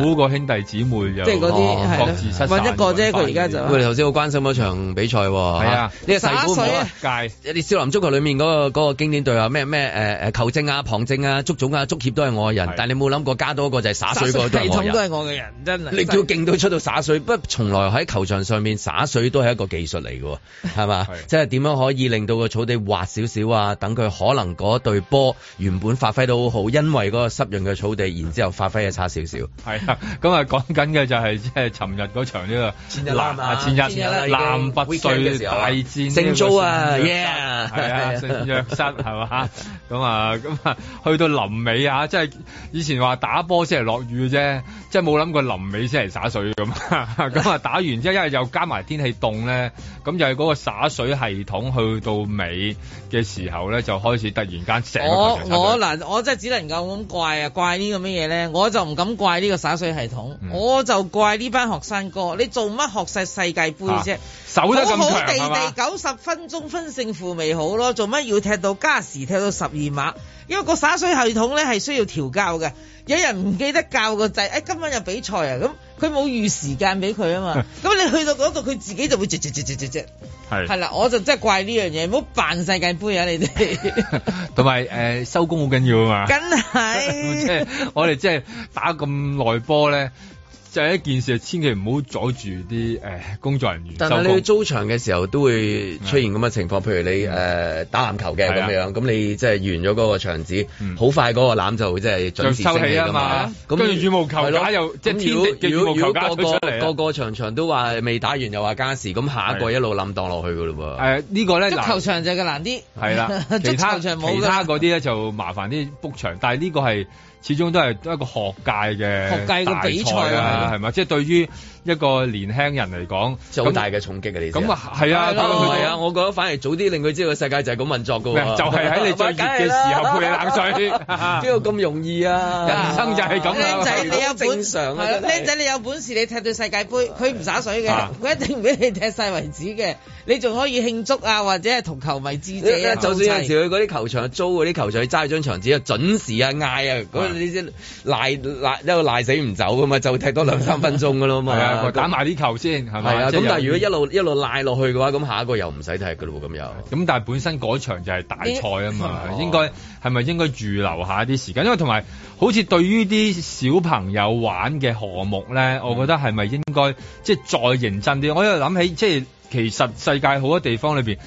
[SPEAKER 3] 九個兄弟姊妹就
[SPEAKER 4] 即係嗰
[SPEAKER 2] 哦
[SPEAKER 4] 啲係
[SPEAKER 3] 各自失
[SPEAKER 4] 啦
[SPEAKER 3] 散
[SPEAKER 4] 揾一個啫，佢而家就
[SPEAKER 2] 喂，你頭先好關心嗰場比賽喎。係
[SPEAKER 3] 啊
[SPEAKER 2] 呢個細估唔好
[SPEAKER 4] 灑水
[SPEAKER 2] 啊
[SPEAKER 4] 啊。
[SPEAKER 3] 界
[SPEAKER 2] 你少林足球裏面嗰、個嗰個經典對話咩咩誒誒球證啊、旁證啊、足總啊、足協都係我嘅人
[SPEAKER 3] 係，
[SPEAKER 2] 但你冇諗過加多一個就係灑水嗰個都
[SPEAKER 4] 系
[SPEAKER 2] 係我
[SPEAKER 4] 統
[SPEAKER 2] 嘅
[SPEAKER 4] 都
[SPEAKER 2] 人。
[SPEAKER 4] 係我嘅人，真係。
[SPEAKER 2] 你叫勁到出到灑水，不過從來喺球場上面灑水都係一個技術嚟嘅喎，係嘛
[SPEAKER 3] 係？
[SPEAKER 2] 即係點樣可以令到個草地滑少少啊？等佢可能嗰隊波原本發揮到好好，因為嗰個濕潤嘅草地，然之後發揮得差少少。
[SPEAKER 3] 係啊，咁啊講緊嘅就係即係尋日嗰場呢
[SPEAKER 2] 前日
[SPEAKER 3] 個
[SPEAKER 2] 啦
[SPEAKER 3] 南
[SPEAKER 2] 係嘛
[SPEAKER 3] 啊前
[SPEAKER 2] 前
[SPEAKER 4] 日啦
[SPEAKER 3] 日南拔
[SPEAKER 2] weekend 嘅
[SPEAKER 3] 萃
[SPEAKER 2] 時候
[SPEAKER 3] 大
[SPEAKER 2] 啊
[SPEAKER 3] 戰
[SPEAKER 2] 聖租啊
[SPEAKER 3] 耶！
[SPEAKER 2] ，yeah
[SPEAKER 3] 係 啊，聖約室係嘛？咁啊咁啊，去到臨尾啊，即係以前話打波先係落雨嘅啫，即係冇諗過臨尾先係灑水咁。 咁啊打完之後，因為又加埋天氣凍咧，咁就係嗰個灑水系統去到尾嘅時候咧，就開始突然間成個
[SPEAKER 4] 我
[SPEAKER 3] 球場灑水
[SPEAKER 4] 我嗱，我真係只能夠咁怪啊！怪呢個乜嘢咧？我就唔敢怪呢個灑水系統，
[SPEAKER 3] 嗯
[SPEAKER 4] 我就怪呢班學生哥，你做乜學晒世界盃啫？
[SPEAKER 3] 啊守得咁
[SPEAKER 4] 好好
[SPEAKER 3] 強
[SPEAKER 4] 地
[SPEAKER 3] 係嘛
[SPEAKER 4] 地九十分鐘分勝負咪好咯，做乜要踢到加時踢到十二碼？因為個灑水系統咧係需要調教嘅，有人唔記得教個仔，誒、今晚有比賽啊，咁佢冇預時間俾佢啊 嘛，咁你去到嗰度佢自己就會直直直直直直，
[SPEAKER 3] 係
[SPEAKER 4] 係啦，我就真係怪呢樣嘢，唔好扮世界盃啊 你哋，
[SPEAKER 3] 同埋誒收工好緊要啊嘛，
[SPEAKER 4] 梗
[SPEAKER 3] 即
[SPEAKER 4] 係
[SPEAKER 3] 係 我哋即係打咁耐波咧，就係一件事，千祈唔好阻住啲誒工作人員收
[SPEAKER 2] 但係你去
[SPEAKER 3] 工。
[SPEAKER 2] 租場嘅時候都會出現咁嘅情況，譬如你誒、呃打籃球嘅
[SPEAKER 3] 嗯係啊
[SPEAKER 2] 咁樣，咁你即係完咗嗰個場子
[SPEAKER 3] 嗯，
[SPEAKER 2] 好、快嗰個籃就即係準時
[SPEAKER 3] 就收
[SPEAKER 2] 升
[SPEAKER 3] 起
[SPEAKER 2] 起㗎
[SPEAKER 3] 啊嘛
[SPEAKER 2] 嘛。咁
[SPEAKER 3] 跟住羽毛球架又
[SPEAKER 2] 係咯
[SPEAKER 3] 即係
[SPEAKER 2] 咁
[SPEAKER 3] 天
[SPEAKER 2] 如果
[SPEAKER 3] 敵嘅羽毛球架
[SPEAKER 2] 如果
[SPEAKER 3] 推出嚟啊
[SPEAKER 2] 個個個個場場都話未打完又話加時，咁下一個一路冧檔落去㗎咯喎。
[SPEAKER 3] 誒啊呢個咧
[SPEAKER 4] 足球
[SPEAKER 3] 嗱
[SPEAKER 4] 場就嘅難啲，，
[SPEAKER 3] 係啦 其
[SPEAKER 4] 足
[SPEAKER 3] 他
[SPEAKER 4] 球
[SPEAKER 3] 其
[SPEAKER 4] 場冇㗎
[SPEAKER 3] 他嗰啲咧就麻煩啲 book 場，但係呢個係始終都係一個學界嘅
[SPEAKER 4] 學界嘅比賽
[SPEAKER 3] 大
[SPEAKER 4] 啊
[SPEAKER 3] 啦，係咪？即係對於一個年輕人嚟講，
[SPEAKER 2] 即係好
[SPEAKER 3] 咁
[SPEAKER 2] 大嘅衝擊嘅你知
[SPEAKER 3] 咁啊係啊，
[SPEAKER 4] 係咯
[SPEAKER 3] 打到
[SPEAKER 2] 唔
[SPEAKER 3] 佢
[SPEAKER 2] 係啊，我覺得反而早啲令佢知道個世界就係咁運作㗎
[SPEAKER 3] 咩
[SPEAKER 2] 喎。
[SPEAKER 3] 就係喺你最熱嘅時候潑你冷水
[SPEAKER 2] 邊度咁容易啊？
[SPEAKER 3] 人生就係咁啦
[SPEAKER 4] 僆仔你有本
[SPEAKER 2] 正常啊
[SPEAKER 4] 係
[SPEAKER 2] 真係
[SPEAKER 4] 啦僆仔你有本事你踢到世界盃，佢唔灑水嘅
[SPEAKER 3] 啊，
[SPEAKER 4] 佢一定俾你踢晒為止嘅，你仲可以慶祝啊，或者係同球迷致 謝啊，
[SPEAKER 2] 就算有陣
[SPEAKER 4] 做齊
[SPEAKER 2] 時去嗰啲球場租嗰啲球場，揸張場紙啊，準時啊，嗌啊，嗰
[SPEAKER 3] 係
[SPEAKER 2] 你啲賴賴一路賴死唔走噶嘛，就踢多兩三分鐘噶咯嘛。
[SPEAKER 3] 係啊，佢
[SPEAKER 2] 咁
[SPEAKER 3] 打埋啲球先係咪？
[SPEAKER 2] 係啊，
[SPEAKER 3] 即係
[SPEAKER 2] 咁但係
[SPEAKER 3] 有
[SPEAKER 2] 如果一路一路賴落去嘅話，咁下一個又唔使踢噶咯喎，咁又。
[SPEAKER 3] 咁但係本身嗰場就係大賽啊嘛
[SPEAKER 2] 哦，
[SPEAKER 3] 應該係咪應該預留下啲時間？因為同埋好似對於啲小朋友玩嘅項目咧，我覺得係咪應該即係再認真啲？我又諗起即係其實世界好多地方裏邊。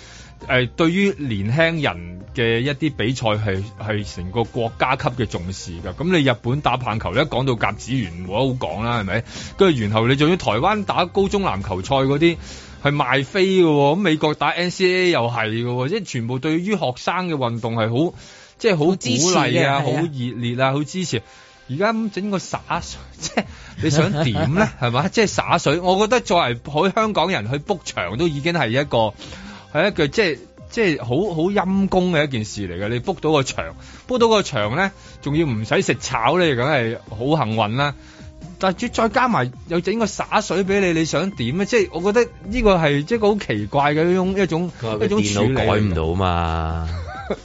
[SPEAKER 3] 誒、對於呃年輕人嘅一啲比賽係係成個國家級嘅重視㗎。咁你日本打棒球，你一講到甲子園冇得好講啦，係咪？跟住然後你仲要台灣打高中籃球賽嗰啲。係賣飛嘅喎，咁美國打 NCAA 又係嘅喎，即係全部對於學生嘅運動係好，即係好鼓
[SPEAKER 4] 好支持嘅
[SPEAKER 3] 勵啊，
[SPEAKER 4] 係啊
[SPEAKER 3] 好熱烈啊，好支持。而家咁整個灑水， 即係你想點 咧？係嘛？即係灑水，我覺得作為喺香港人去 book 場都已經係一個係一個即係即係好好陰公嘅一件事嚟嘅。你 book 到個場，book 到個場咧，仲要唔使食炒咧，梗係好幸運啦。但係再加埋又整個灑水俾你，你想點咧？即係我覺得呢個係即係一個好奇怪嘅一種一種
[SPEAKER 2] 佢話
[SPEAKER 3] 一
[SPEAKER 2] 佢
[SPEAKER 3] 種
[SPEAKER 2] 電
[SPEAKER 3] 處理
[SPEAKER 2] 腦改唔到嘛，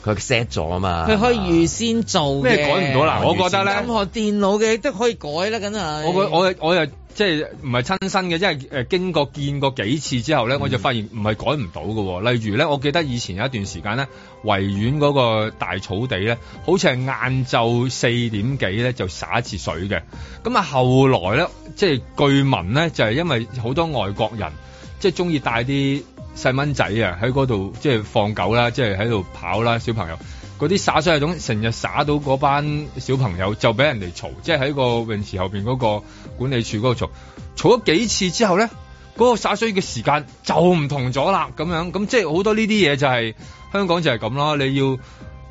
[SPEAKER 2] 佢 set 咗啊嘛。
[SPEAKER 4] 佢可以預先做嘅
[SPEAKER 3] 咩改唔到啦？我覺得咧
[SPEAKER 4] 任。何電腦嘅都可以改啦，梗係
[SPEAKER 3] 我個我我又即係唔係親身嘅，因為誒經過見過幾次之後咧，我就發現唔係改唔到嘅喎。例如咧，我記得以前有一段時間咧，維園嗰個大草地咧，好似係晏晝四點幾咧就灑一次水嘅。咁啊，後來咧，即係據聞咧，就係、因為好多外國人即係中意帶啲細蚊仔啊喺嗰度即係放狗啦，即係喺度跑啦，小朋友。嗰啲灑水系統成日灑到嗰班小朋友就俾人哋嘈，即係喺個泳池後邊嗰個管理處嗰度嘈，嘈咗幾次之後咧，嗰、個灑水嘅時間就唔同咗啦，咁樣咁即係好多呢啲嘢就係、香港就係咁咯，你要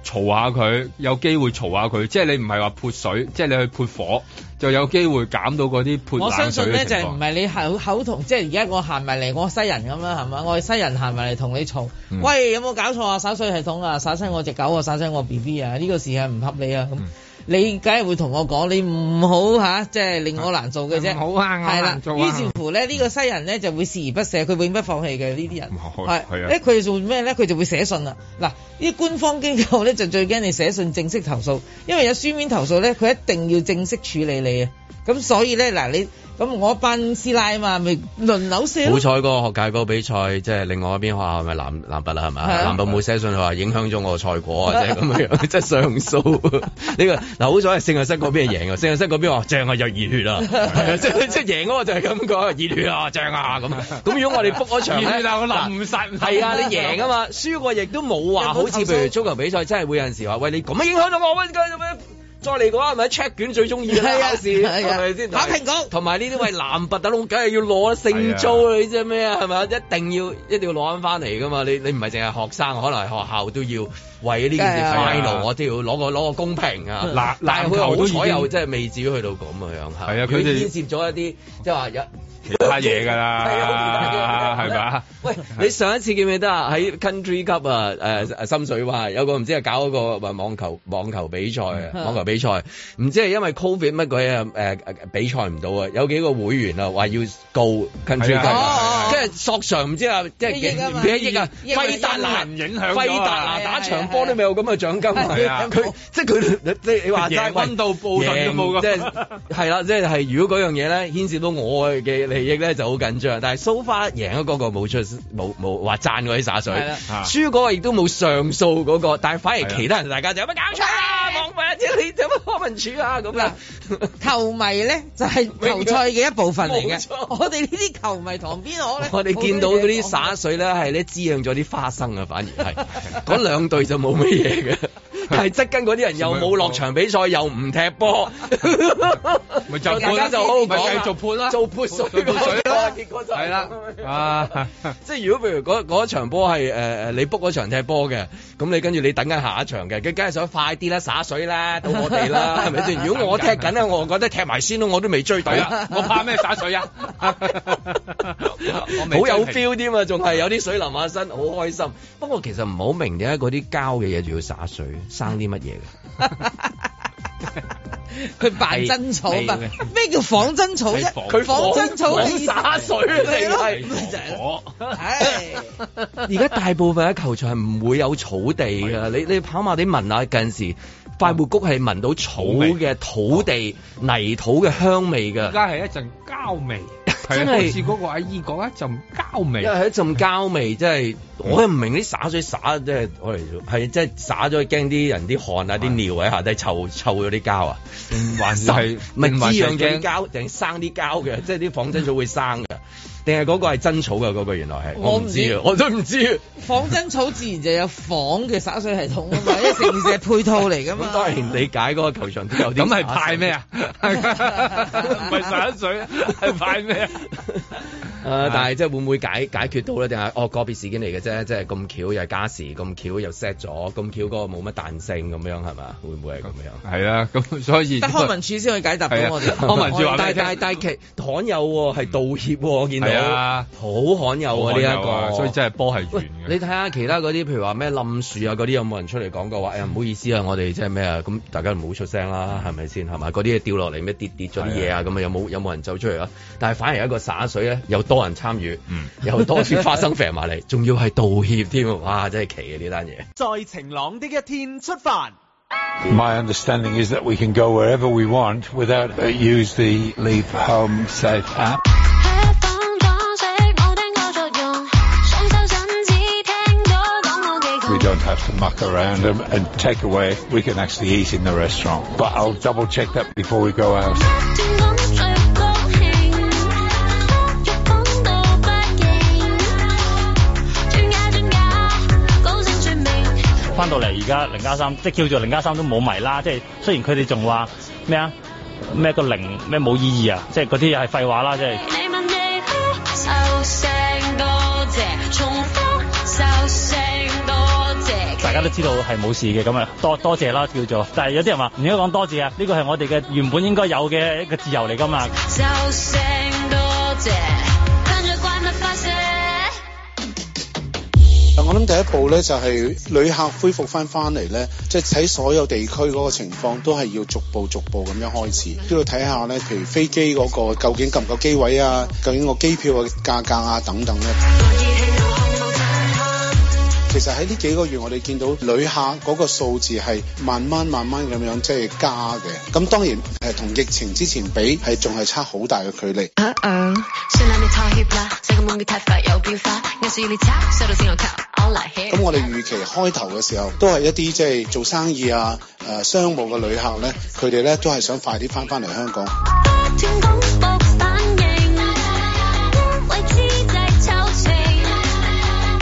[SPEAKER 3] 嘈下佢，有機會嘈下佢，即係你唔係話潑水，即係你去潑火就有機會減到嗰啲潑
[SPEAKER 4] 我相
[SPEAKER 3] 冷水
[SPEAKER 4] 信咧
[SPEAKER 3] 嘅
[SPEAKER 4] 就
[SPEAKER 3] 情
[SPEAKER 4] 係
[SPEAKER 3] 況。
[SPEAKER 4] 唔係你口口同，即係而家我行埋嚟，我西人咁啦，係嘛？我係西人行埋嚟同你嘈，
[SPEAKER 3] 嗯
[SPEAKER 6] Ừ.
[SPEAKER 4] 喂，有冇搞錯啊？灑水系統啊，灑親我只狗啊，灑親我 B B 啊，呢、個事係唔合理啊！咁、
[SPEAKER 3] 嗯
[SPEAKER 4] 你梗係會同我講，你唔好吓，即係令我難做嘅
[SPEAKER 3] 唔
[SPEAKER 4] 啫。
[SPEAKER 3] 好啊我
[SPEAKER 4] 係啦
[SPEAKER 3] 難。做啊
[SPEAKER 4] 於是乎咧，呢、個西人咧就會視而不捨，佢永不放棄嘅呢啲人。
[SPEAKER 3] 係
[SPEAKER 4] 係
[SPEAKER 3] 係啊
[SPEAKER 4] 咧佢哋做咩咧？佢就會寫信啦。嗱，呢啲官方機構咧就最驚你寫信正式投訴，因為有書面投訴咧，佢一定要正式處理你啊。咁所以咧，嗱你咁我一班師奶啊嘛，咪輪流寫
[SPEAKER 2] 好
[SPEAKER 4] 咯。
[SPEAKER 2] 彩嗰個學界嗰個比賽，即係另外一邊學校係咪南南北啦，係咪
[SPEAKER 4] 係啊
[SPEAKER 2] 啊？南北冇寫信佢話影響咗我嘅賽果啊，即係咁樣， 即係上訴。呢個嗱好彩係聖若瑟嗰邊係贏啊，聖若瑟嗰邊話正啊，又熱血啊，係 啊即係即係贏嗰個就係咁講，熱血啊，正啊咁。咁如果 我哋 book 嗰場咧，
[SPEAKER 3] 熱血啊我
[SPEAKER 2] 嗱
[SPEAKER 3] 淋曬淋
[SPEAKER 2] 係啊，你贏啊嘛，輸過亦都冇話好似譬如足球比賽，真係會有陣時話喂你咁樣影響到我，喂咁樣再嚟嘅話，係咪 check 卷最中意啦？
[SPEAKER 4] 係啊
[SPEAKER 2] 考試
[SPEAKER 4] 係
[SPEAKER 2] 係
[SPEAKER 4] 啊
[SPEAKER 2] 咪先？
[SPEAKER 4] 打蘋果
[SPEAKER 2] 同埋呢啲喂男拔大佬，梗係要攞聖租啦，你知咩啊？係咪啊？一定要一定要攞翻翻嚟噶嘛！你你唔係淨係學生，可能係學校都要為呢件事
[SPEAKER 4] 梗係啊
[SPEAKER 2] final，我都要攞個攞個公平啊！
[SPEAKER 3] 籃
[SPEAKER 2] 但係
[SPEAKER 3] 籃球都
[SPEAKER 2] 佢
[SPEAKER 3] 已經
[SPEAKER 2] 好彩又真係未至於去到咁嘅樣嚇。
[SPEAKER 3] 係啊佢
[SPEAKER 2] 佢
[SPEAKER 3] 哋
[SPEAKER 2] 牽涉咗一啲即係話有。
[SPEAKER 3] 其他嘢㗎
[SPEAKER 2] 係
[SPEAKER 3] 啦，
[SPEAKER 2] 啊
[SPEAKER 3] 係咪啊？
[SPEAKER 2] 喂，你上一次記唔記得啊？喺 Country Cup 啊，誒、誒深水灣有個唔知係搞嗰個話網球網球比賽啊，
[SPEAKER 4] 嗯
[SPEAKER 2] 網球比賽，唔知係因為 Covid 乜鬼啊誒誒比賽唔到啊，有幾個會員啊話要告 Country
[SPEAKER 3] 係
[SPEAKER 4] 啊
[SPEAKER 2] Cup，跟住索償唔知啊，即係
[SPEAKER 4] 一億啊嘛
[SPEAKER 2] 幾幾億啊，
[SPEAKER 4] 一億啊
[SPEAKER 2] 費達拿
[SPEAKER 3] 影響咗啊
[SPEAKER 2] 費達拿打場波都未有咁嘅獎金
[SPEAKER 3] 係啊
[SPEAKER 2] 啊！佢即係佢你你你話
[SPEAKER 3] 贏
[SPEAKER 2] 齋
[SPEAKER 3] 溫度布頓都冇咁
[SPEAKER 2] 贏即係係啦，即係係如果嗰樣嘢咧牽涉到我嘅利益咧就好緊張， 但係 so far 贏咗嗰個冇出冇冇話讚嗰啲灑水
[SPEAKER 4] 係啦，
[SPEAKER 2] 輸嗰個亦都冇上訴嗰個，但係反
[SPEAKER 3] 啊係
[SPEAKER 2] 而
[SPEAKER 3] 啊
[SPEAKER 2] 其他人大家就有乜搞錯 啊？網民啊，即係你做乜康文署啊咁啊？
[SPEAKER 4] 球迷咧就係球賽嘅一部分嚟
[SPEAKER 2] 冇
[SPEAKER 4] 嘅
[SPEAKER 2] 錯，
[SPEAKER 4] 我哋呢啲球迷旁邊我咧，
[SPEAKER 2] 我哋見到嗰啲
[SPEAKER 4] 好多嘢講
[SPEAKER 2] 灑水咧，係咧滋養咗啲花生啊，反而 係嗰兩隊就冇乜嘢嘅，但係側跟嗰啲人又冇落場比賽，又唔踢波，
[SPEAKER 3] 咪就
[SPEAKER 2] 大家
[SPEAKER 3] 潑
[SPEAKER 2] 就好好講
[SPEAKER 3] 咪
[SPEAKER 2] 啦
[SPEAKER 3] 繼續潑啦
[SPEAKER 2] 做潑水
[SPEAKER 3] 做潑水啦
[SPEAKER 2] 結果就
[SPEAKER 3] 係啦啊！
[SPEAKER 2] 即係如果譬如嗰嗰一場波係誒誒你 book 嗰場踢波嘅，咁你跟住你等緊下一場嘅，佢梗係想快啲啦，灑水啦，到我哋 啦，係咪先？如果我踢緊咧，我覺得踢埋先咯，我都未追到
[SPEAKER 3] 係 啊，我怕咩灑水 啊？我未
[SPEAKER 2] 好有
[SPEAKER 3] 追平
[SPEAKER 2] feel 添啊，仲係有啲水淋下身，好開心。不過其實唔好明點解嗰啲膠嘅嘢仲要灑水，生啲乜嘢嘅？
[SPEAKER 4] 佢扮真草啊嘛
[SPEAKER 3] 係係，
[SPEAKER 4] 咩叫仿真草啫
[SPEAKER 3] 係仿？
[SPEAKER 2] 佢
[SPEAKER 4] 仿真草嘅意思
[SPEAKER 2] 灑水
[SPEAKER 4] 係咯
[SPEAKER 2] 嚟係。
[SPEAKER 3] 我
[SPEAKER 4] 唉
[SPEAKER 2] 而家 大部分嘅球場係唔會有草地㗎，你你跑馬地聞下近時。快活谷係聞到草嘅土地、泥土嘅香味
[SPEAKER 3] 而
[SPEAKER 2] 㗎，
[SPEAKER 3] 家係一陣膠味，係啊
[SPEAKER 2] 真係
[SPEAKER 3] 好似嗰個阿姨講一陣膠味嗯
[SPEAKER 2] 因為。係一陣膠味，真係我又唔明啲灑水灑，即係我嚟做，係即係灑咗驚啲人啲汗啊、啲尿喺下低臭臭咗啲膠啊，
[SPEAKER 3] 定還是係
[SPEAKER 2] 唔係
[SPEAKER 3] 定還
[SPEAKER 2] 滋
[SPEAKER 3] 是
[SPEAKER 2] 養咗啲
[SPEAKER 3] 驚
[SPEAKER 2] 膠，定生啲膠嘅，即係啲仿真草會生嘅，定係嗰個係真草嘅嗰、個原來係，
[SPEAKER 4] 我
[SPEAKER 2] 我
[SPEAKER 4] 唔
[SPEAKER 2] 唔
[SPEAKER 4] 知
[SPEAKER 2] 知啊，我都唔知啊。
[SPEAKER 4] 仿真草自然就有仿嘅灑水系統啊 嘛，因為成件事係配套嚟噶嘛。
[SPEAKER 2] 咁當然理解嗰個球場都有啲
[SPEAKER 3] 咁係
[SPEAKER 2] 灑水
[SPEAKER 3] 派咩啊？ 唔係灑水，係派咩啊？
[SPEAKER 2] 誒、呃但係即係會唔會解解決到咧？定係哦個別事件嚟嘅啫，即係咁巧又係加時，咁巧又 set 咗，咁巧嗰個冇乜彈性咁樣係嘛？會唔會係咁樣？
[SPEAKER 3] 係啦，咁所以
[SPEAKER 4] 得康文署先可以解答到我
[SPEAKER 3] 係
[SPEAKER 4] 哋
[SPEAKER 3] 啊。 康文署話
[SPEAKER 2] 但係
[SPEAKER 3] 俾
[SPEAKER 2] 但
[SPEAKER 3] 你
[SPEAKER 2] 係
[SPEAKER 3] 聽
[SPEAKER 2] 但係其罕有喎，係道歉喎，我見到
[SPEAKER 3] 係啊
[SPEAKER 2] 好罕有啊呢一個，
[SPEAKER 3] 所以真係波係
[SPEAKER 2] 喂
[SPEAKER 3] 圓，
[SPEAKER 2] 你
[SPEAKER 3] 嘅。
[SPEAKER 2] 睇下其他嗰啲，譬如話咩冧樹啊嗰啲，有冇人出嚟講過話？哎呀，唔好意思啊，我哋即係咩啊？咁大家唔好出聲啦，係咪先？係咪？嗰啲嘢掉落嚟咩跌跌咗啲嘢啊？咁啊有冇有冇人走出嚟啊？但係反而有一個灑水咧，又多人參與，
[SPEAKER 6] Ừ.
[SPEAKER 3] 嗯
[SPEAKER 2] 又多啲花生啡埋嚟，仲要係道歉添，哇！真係奇嘅呢單嘢。
[SPEAKER 5] 在晴朗的一天出發。
[SPEAKER 8] My understanding is that we can go wherever we want without uh, use the Leave Home Safe app.
[SPEAKER 6] 吃粉裝飾，冇聽過作用。想收陣只聽到講我幾
[SPEAKER 8] We
[SPEAKER 6] 窮。
[SPEAKER 8] don't have to muck around and, and take away. We can actually eat in the restaurant. But I'll double check that before we go out.
[SPEAKER 6] 天公最高興，得咗講到不應。專家專家，高聲説明。
[SPEAKER 9] 翻到嚟而家零加三，即係叫做零加三都冇迷啦。即係雖然佢哋仲話咩啊咩個零咩冇意義啊，即係嗰啲又係廢話啦，即係。
[SPEAKER 6] 你問你收聲多謝，重複收聲多謝。
[SPEAKER 9] 大家都知道係冇事嘅咁啊，多多謝啦叫做。但係有啲人話唔應該講多謝啊，呢個係我哋嘅原本應該有嘅一個自由嚟㗎嘛。
[SPEAKER 6] 收聲多謝，跟住怪物發射。
[SPEAKER 10] 我諗第一步咧就係、旅客恢復翻翻嚟咧，即係喺所有地區嗰個情況都係要逐步逐步咁樣開始，都要睇下咧，譬如飛機嗰、個究竟夠唔夠機位啊，究竟個機票嘅價格啊等等咧。其實喺呢幾個月，我哋見到旅客嗰個數字係慢慢慢慢咁樣即係加嘅。咁當然誒同疫情之前比係仲係差好大嘅距離。
[SPEAKER 6] Uh oh，算啦，你太怯啦，世界滿面太快有變化，藝術要你抄，收到先我靠，我嚟 h
[SPEAKER 10] 咁我哋預期開頭嘅時候，都係一啲即係做生意啊、誒、商務嘅旅客咧，佢哋咧都係想快啲翻翻嚟香港。
[SPEAKER 6] 天公博反應，為之制抽情。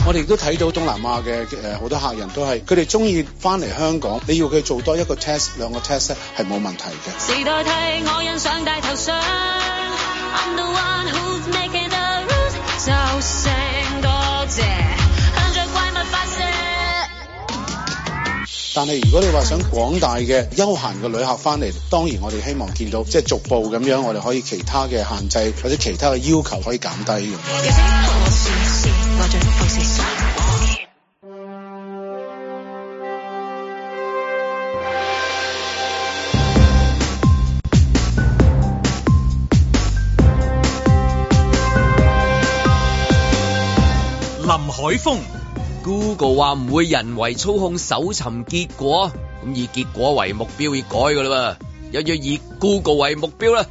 [SPEAKER 10] 我哋亦都睇到東南亞嘅誒好多客人都係，佢哋中意翻嚟香港，你要佢做多一個 test、兩個 test 咧係冇問題嘅。
[SPEAKER 6] 時代替我印上大頭相，I'm the one who's making the rules，收聲多謝，向着怪物發射。
[SPEAKER 10] 但係如果你話想廣大嘅休閒嘅旅客翻嚟，當然我哋希望見到即係逐步咁樣，我哋可以其他嘅限制或者其他嘅要求可以減低嘅。
[SPEAKER 1] 林海峰、
[SPEAKER 2] Google 話唔會人為操控搜尋結果，咁以結果為目標要改噶啦噃，一要以 Google 為目標啦。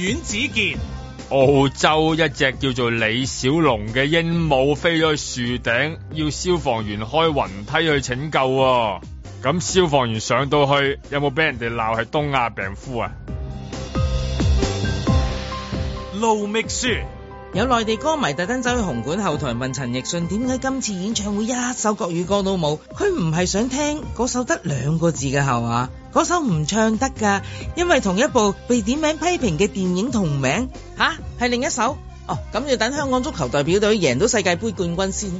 [SPEAKER 1] 阮子健、
[SPEAKER 3] 澳洲一隻叫做李小龍嘅鸚鵡飛咗去樹頂，要消防員開雲梯去拯救、喎。咁消防員上到去，有冇俾人哋鬧係東亞病夫啊？
[SPEAKER 1] 盧覓雪。
[SPEAKER 4] 有內地歌迷特登走去紅館後台問陳奕迅點解今次演唱會一首國語歌都冇？佢唔係想聽嗰首得兩個字嘅後話，嗰首唔唱得㗎，因為同一部被點名批評嘅電影同名吓係另一首。哦，咁要等香港足球代表隊贏到世界盃冠軍先。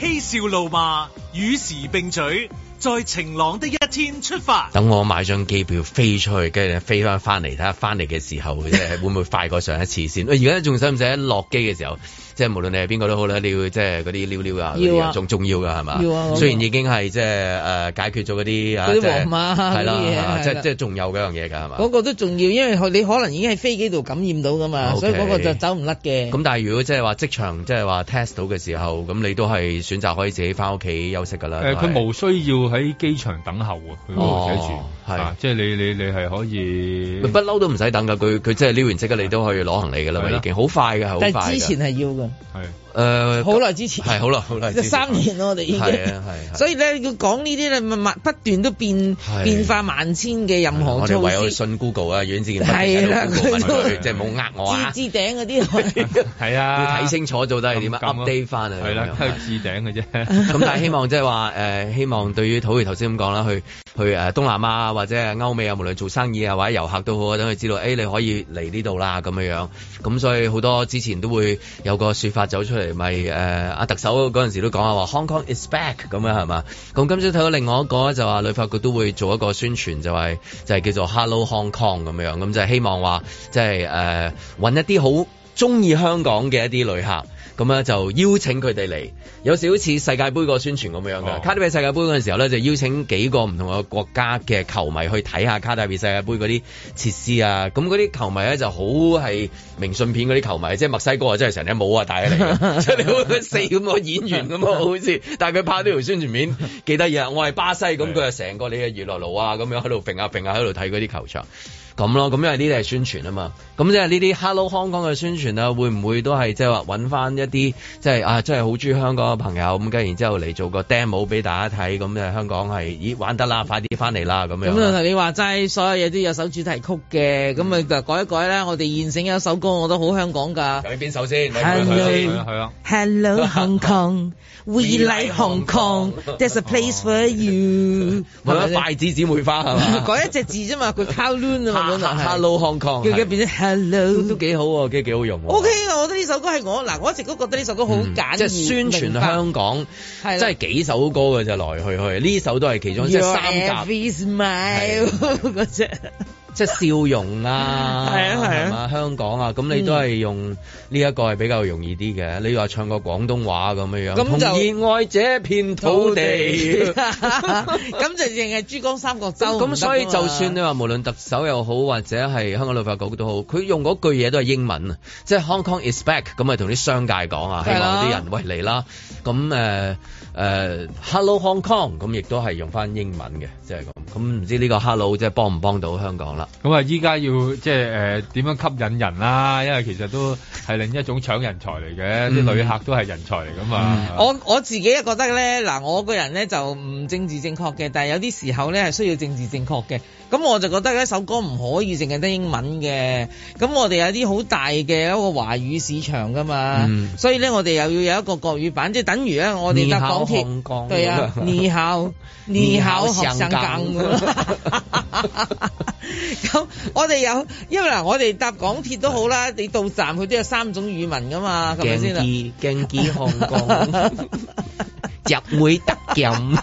[SPEAKER 1] 嬉笑怒罵，與時並舉，在晴朗的一天出發。
[SPEAKER 2] 等我買張機票飛出去，跟住飛翻翻嚟，睇下翻嚟嘅時候即 係會唔會快過上一次先？喂而家仲使唔使一落機嘅時候，即係無論你係邊個都好啦，你要即係嗰啲溜溜啊，嗰啲
[SPEAKER 4] 要啊
[SPEAKER 2] 仲重要㗎係嘛？
[SPEAKER 4] 要啊
[SPEAKER 2] 雖然已經係即係誒解決咗嗰啲啊，
[SPEAKER 4] 嗰啲
[SPEAKER 2] 即係
[SPEAKER 4] 黃碼
[SPEAKER 2] 係啦
[SPEAKER 4] 嗰啲嘢
[SPEAKER 2] 係啦，即
[SPEAKER 4] 係啦
[SPEAKER 2] 係即係仲有嗰樣嘢㗎係嘛？
[SPEAKER 4] 嗰個都重要，因為佢你可能已經喺飛機度感染到㗎嘛
[SPEAKER 2] OK
[SPEAKER 4] 所以嗰個就走唔甩嘅。
[SPEAKER 2] 咁但係如果即係話職場即係話 test 到嘅時候，咁你都係選擇可以自己翻屋企休息㗎啦。
[SPEAKER 3] 誒，
[SPEAKER 2] 都係
[SPEAKER 3] 呃佢冇需要喺機場等候啊，佢嗰度寫
[SPEAKER 2] 哦
[SPEAKER 3] 住，
[SPEAKER 2] 係
[SPEAKER 3] 啊即係你你你係可以
[SPEAKER 2] 佢不嬲都唔使等㗎，佢佢即係撩完即刻你都可以攞行李㗎啦嘛，
[SPEAKER 3] 係啦
[SPEAKER 2] 已經好快㗎，好快
[SPEAKER 4] 但
[SPEAKER 2] 㗎。
[SPEAKER 4] 係之前係要㗎，
[SPEAKER 3] 係
[SPEAKER 2] 誒
[SPEAKER 4] 好耐之前
[SPEAKER 2] 係好耐好耐之
[SPEAKER 4] 即
[SPEAKER 2] 前，
[SPEAKER 4] 係三年咯，我哋已經。
[SPEAKER 2] 係啊係啊
[SPEAKER 4] 所以咧，要講呢啲咧，咪咪不斷都變
[SPEAKER 2] 係
[SPEAKER 4] 變化萬千嘅任何
[SPEAKER 2] 我哋
[SPEAKER 4] 措
[SPEAKER 2] 唯有
[SPEAKER 4] 施，
[SPEAKER 2] 信 Google 啊，阮志健
[SPEAKER 4] 係啦
[SPEAKER 2] 問
[SPEAKER 4] 佢都
[SPEAKER 2] 佢，即係冇呃我啊
[SPEAKER 4] 置，置頂嗰 啲。
[SPEAKER 3] 係
[SPEAKER 2] 要
[SPEAKER 3] 啊，
[SPEAKER 2] 睇清楚到底係點啊
[SPEAKER 3] 撳撳咯
[SPEAKER 2] ，update 翻啊，
[SPEAKER 3] 係啦，
[SPEAKER 2] 咁樣
[SPEAKER 3] 係置頂嘅啫。
[SPEAKER 2] 咁但係希望即係話誒，希望對於土耳頭先咁講啦，去去誒東南亞啊或者係歐美啊，無論做生意啊或者遊客都好啊，等佢知道誒、你可以嚟呢度啦咁樣樣。咁所以好多之前都會有個説法走出嚟，咪誒阿特首嗰陣時都講啊話 Hong Kong is back 咁樣係嘛？咁今朝睇到另外一個咧就話旅發局都會做一個宣傳，就係、就係、叫做 Hello Hong Kong 咁樣，咁就係希望話即係誒揾一啲好。中意香港嘅一啲旅客。咁咧就邀請佢哋嚟，有少少似世界盃個宣傳咁樣㗎。卡塔比世界盃嗰陣時候咧，就邀請幾個唔同嘅國家嘅球迷去睇下卡塔比世界盃嗰啲設施啊。咁嗰啲球迷咧就好係明信片嗰啲球迷，即係墨西哥啊，真係成隻帽啊戴起嚟嘅，即係你好似四五個演員咁啊，好似。但係佢拍呢條宣傳片幾得意啊！我係巴西，咁佢就成個你嘅娛樂佬啊咁樣喺度揈下揈下喺度睇嗰啲球場。咁咯，咁因為呢啲係宣傳啊嘛，咁即係呢啲 Hello 香港嘅宣傳啊，會唔會都係即係話揾翻一啲即係啊，真係好中意香港嘅朋友咁，跟然之後嚟做個 demo 俾大家睇，咁就香港係咦玩得啦，快啲翻嚟啦咁
[SPEAKER 4] 咁
[SPEAKER 2] 樣。
[SPEAKER 4] 啊，你話齋所有嘢都有首主題曲嘅，咁咪
[SPEAKER 2] 嗯
[SPEAKER 4] 就改一改啦。我哋現成有一首歌我都好香港㗎。
[SPEAKER 2] 咁邊首先？
[SPEAKER 4] Hello, hello Hong Kong, we like Hong Kong. There's a place for you。
[SPEAKER 2] 咪啦，筷子姊妹花啊係嘛？
[SPEAKER 4] 改一隻字啫嘛，佢 Kowloon 啊嘛，本來係
[SPEAKER 2] Hello Hong Kong，
[SPEAKER 4] 佢而家變咗 Hello，
[SPEAKER 2] 都幾好喎，幾幾好用喎。
[SPEAKER 4] O K，我覺得呢首歌係我嗱，我一直都覺得呢首歌好
[SPEAKER 2] 嗯
[SPEAKER 4] 簡易，
[SPEAKER 2] 即係宣
[SPEAKER 4] 明
[SPEAKER 2] 傳
[SPEAKER 4] 白
[SPEAKER 2] 香港，
[SPEAKER 4] 係啦
[SPEAKER 2] 真係幾首歌嘅就來去去，呢首都係其中即係
[SPEAKER 4] Your
[SPEAKER 2] 三甲。
[SPEAKER 4] every smile 嗰只。
[SPEAKER 2] 即係笑容啊，
[SPEAKER 4] 係啊係啊
[SPEAKER 2] 係嘛香港啊，咁你都係用呢一個係比較容易啲嘅。你話唱個廣東話咁樣樣，
[SPEAKER 4] 咁就
[SPEAKER 2] 同熱愛這片土 地。
[SPEAKER 4] 咁就淨係珠江三角洲。
[SPEAKER 2] 咁所以就算你話無論特首又好，或者係香港旅發局都好，佢用嗰句嘢都係英文啊，即係 Hong Kong is back，咁咪同啲商界講啊，希
[SPEAKER 4] 係啦
[SPEAKER 2] 望啲人喂嚟啦。咁誒誒，Hello Hong Kong，咁亦都係用翻英文嘅，即係咁。咁唔知呢個 Hello 即係幫唔幫到香港啦？
[SPEAKER 3] 咁啊，依家要即係誒呃點樣吸引人啦？因為其實都係另一種搶人才嚟嘅，啲、
[SPEAKER 2] 嗯哦
[SPEAKER 3] 旅客都係人才嚟噶嘛。啊
[SPEAKER 4] 我我自己覺得咧，嗱，我個人咧就唔政治正確嘅，但係有啲時候咧係需要政治正確嘅。咁我就覺得呢首歌唔可以淨係得英文嘅。咁我哋有啲好大嘅一個華語市場噶嘛，
[SPEAKER 2] 嗯
[SPEAKER 4] 所以咧我哋又要有一個國語版，即係等於咧我哋搭港
[SPEAKER 2] 你好香港
[SPEAKER 4] 鐵，對啊，你 好，你好，學生更。 咁我哋有，因為嗱，我哋搭港鐵都好啦，你到站佢都有三種語文噶嘛，係咪先啊？
[SPEAKER 2] 鏡機鏡機香 港入會得任。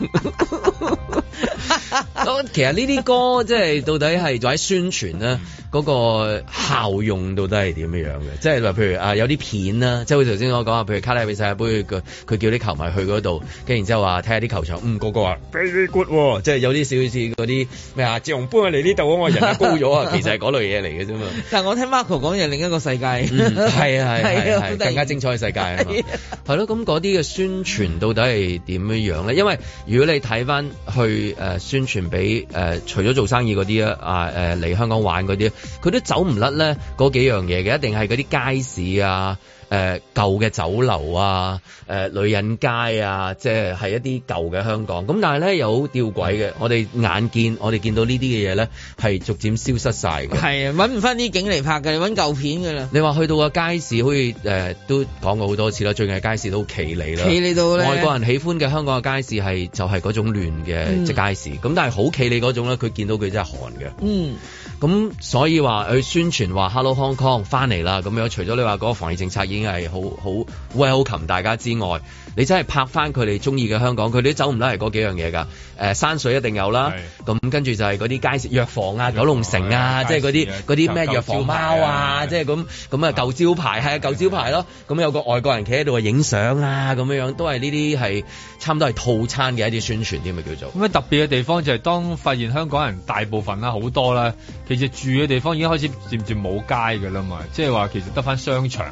[SPEAKER 2] 咁 其實呢啲歌即係到底係喺宣傳咧，嗰個效用到底係點樣樣嘅？即係話譬如啊，有啲片啦，即係好似頭先我講啊，譬如卡拉比世界盃，佢佢叫啲球迷去嗰度，跟住然之後話睇下啲球場，嗯，個個話 very good 喎，即係有啲少少似嗰啲咩啊，志雄搬嚟呢度啊，我人又高咗 啊，其實係嗰類嘢嚟嘅啫嘛。
[SPEAKER 4] 但我聽 Marco 講嘢另一個世界，
[SPEAKER 2] 嗯， 係啊係啊係啊
[SPEAKER 4] 係啊
[SPEAKER 2] 係
[SPEAKER 4] 好
[SPEAKER 2] 啊，
[SPEAKER 4] 得意
[SPEAKER 2] 更加精彩嘅世界啊嘛
[SPEAKER 4] 係啊，
[SPEAKER 2] 係咯，咁嗰啲嘅呃宣傳到底係點樣樣咧？因為如果你睇翻去誒、呃宣傳俾誒、呃除咗做生意嗰啲啊啊誒嚟香港玩嗰啲，佢都走唔甩咧嗰幾樣嘢嘅，一定係嗰啲街市啊。誒、舊嘅酒樓啊，誒、女人街啊，即係係一啲舊嘅香港。咁但係咧又好吊詭嘅，
[SPEAKER 4] 嗯
[SPEAKER 2] 我哋眼見我哋見到呢啲嘅嘢咧係逐漸消失晒嘅。
[SPEAKER 4] 係啊，揾唔翻啲景嚟拍嘅，你揾舊片㗎啦。
[SPEAKER 2] 你話去到個街市，好似誒、呃都講過好多次啦，最近嘅街市都企理啦，
[SPEAKER 4] 企理到呢
[SPEAKER 2] 外國人喜歡嘅香港嘅街市係就係、嗰種亂嘅
[SPEAKER 4] 嗯
[SPEAKER 2] 即係街市，咁、但係好企理嗰種咧，佢見到佢真係寒嘅。
[SPEAKER 4] 嗯，
[SPEAKER 2] 咁所以話佢宣傳話 Hello Hong Kong 翻嚟啦，咁樣除咗你話嗰個防疫政策已經係好好 welcome 大家之外，你真係拍翻佢哋中意嘅香港，佢哋都走唔甩係嗰幾樣嘢㗎。誒、山水一定有啦，咁跟住就係嗰啲街市藥房啊、九龍城啊，即係嗰啲嗰啲咩藥房貓啊，即係咁咁啊舊招牌係啊舊招牌咯。咁有個外國人企喺度啊影相啊，咁樣樣都係呢啲係差唔多係套餐嘅一啲宣傳添啊叫做。
[SPEAKER 3] 咁咧特別嘅地方就係當發現香港人大部分啦，好多啦，其實住嘅地方已經開始漸漸冇街㗎啦嘛，即係話其實得翻商場。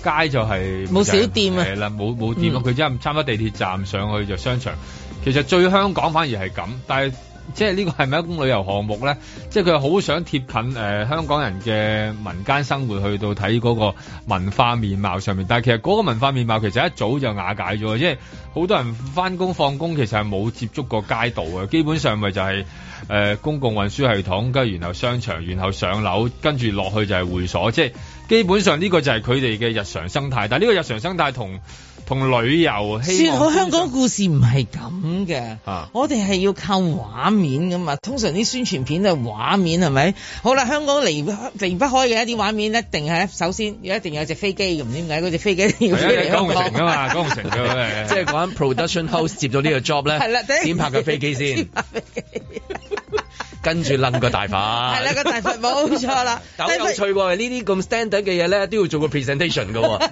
[SPEAKER 3] 街就係
[SPEAKER 4] 冇小店啊
[SPEAKER 3] 係啦，冇冇店啊，
[SPEAKER 4] 嗯
[SPEAKER 3] 佢真係差唔多地鐵站上去就商場。其實最香港反而係咁，但係即係呢個係咪一種旅遊項目咧？即係佢好想貼近誒、呃香港人嘅民間生活，去到睇嗰個文化面貌上面。但係其實嗰個文化面貌其實一早就瓦解咗，因為好多人翻工放工其實係冇接觸過街道嘅，基本上咪就係、呃公共運輸系統，跟住然後商場，然後上樓，跟住落去就係會所，即係基本上呢個就係佢哋嘅日常生態。但係呢個日常生態同同旅遊希
[SPEAKER 4] 説
[SPEAKER 3] 望
[SPEAKER 4] 好香港故事唔係咁嘅
[SPEAKER 3] 啊，
[SPEAKER 4] 我哋係要靠畫面噶嘛。通常啲宣傳片都係畫面係咪？好啦，香港離不離不開嘅一啲畫面，一定係首先一定有隻飛機，唔知點解嗰隻飛機一定要飛
[SPEAKER 3] 係啊，
[SPEAKER 4] 嚟
[SPEAKER 3] 九
[SPEAKER 4] 香
[SPEAKER 3] 龍城
[SPEAKER 4] 港
[SPEAKER 3] 㗎嘛，九龍城㗎嘛，啊
[SPEAKER 2] 即係講緊 production house 接咗呢個 job 咧，
[SPEAKER 4] 係啦第一
[SPEAKER 2] 先拍架飛機先。跟住掕個大法。
[SPEAKER 4] 係啦，個大佛冇錯 啦，
[SPEAKER 2] 啊但好有趣喎！呢啲咁 standard 嘅嘢咧，都要做個 presentation 嘅 喎。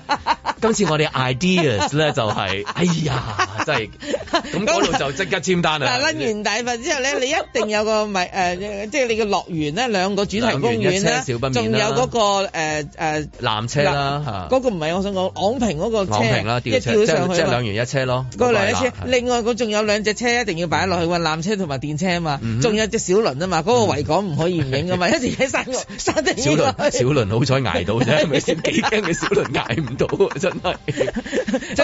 [SPEAKER 2] 今次我哋 ideas 咧就係、哎呀，真係咁嗰度就啊即刻簽單啦
[SPEAKER 4] 啊嗱，。擸完大佛之後咧，你一定有個咪誒、呃即係你嘅樂園咧，兩個主題公
[SPEAKER 2] 兩
[SPEAKER 4] 園
[SPEAKER 2] 園
[SPEAKER 4] 咧
[SPEAKER 2] 一車少不，
[SPEAKER 4] 仲
[SPEAKER 2] 免
[SPEAKER 4] 有
[SPEAKER 2] 啦
[SPEAKER 4] 嗰、個誒、呃呃
[SPEAKER 2] 纜車啦嚇
[SPEAKER 4] 嗰個唔係我想講昂平嗰個車，
[SPEAKER 2] 昂平啦，吊
[SPEAKER 4] 一
[SPEAKER 2] 車
[SPEAKER 4] 吊
[SPEAKER 2] 即係
[SPEAKER 4] 上
[SPEAKER 2] 即
[SPEAKER 4] 去
[SPEAKER 2] 係
[SPEAKER 4] 啊嘛
[SPEAKER 2] 兩。元一車咯。
[SPEAKER 4] 嗰兩
[SPEAKER 2] 嗰
[SPEAKER 4] 隻
[SPEAKER 2] 個係
[SPEAKER 4] 車，另外佢仲有兩隻車一定要擺落去喎，纜車同埋電車啊嘛
[SPEAKER 2] 嗯，哼嗯
[SPEAKER 4] 仲有隻小輪啊嘛，嗰個維港唔可以唔影啊嘛，一時喺山個山頂
[SPEAKER 2] 小
[SPEAKER 4] 影落
[SPEAKER 2] 輪
[SPEAKER 4] 去
[SPEAKER 2] 小輪好彩捱到 啫，係咪先？幾驚嘅小輪捱唔到啊！ 真係，即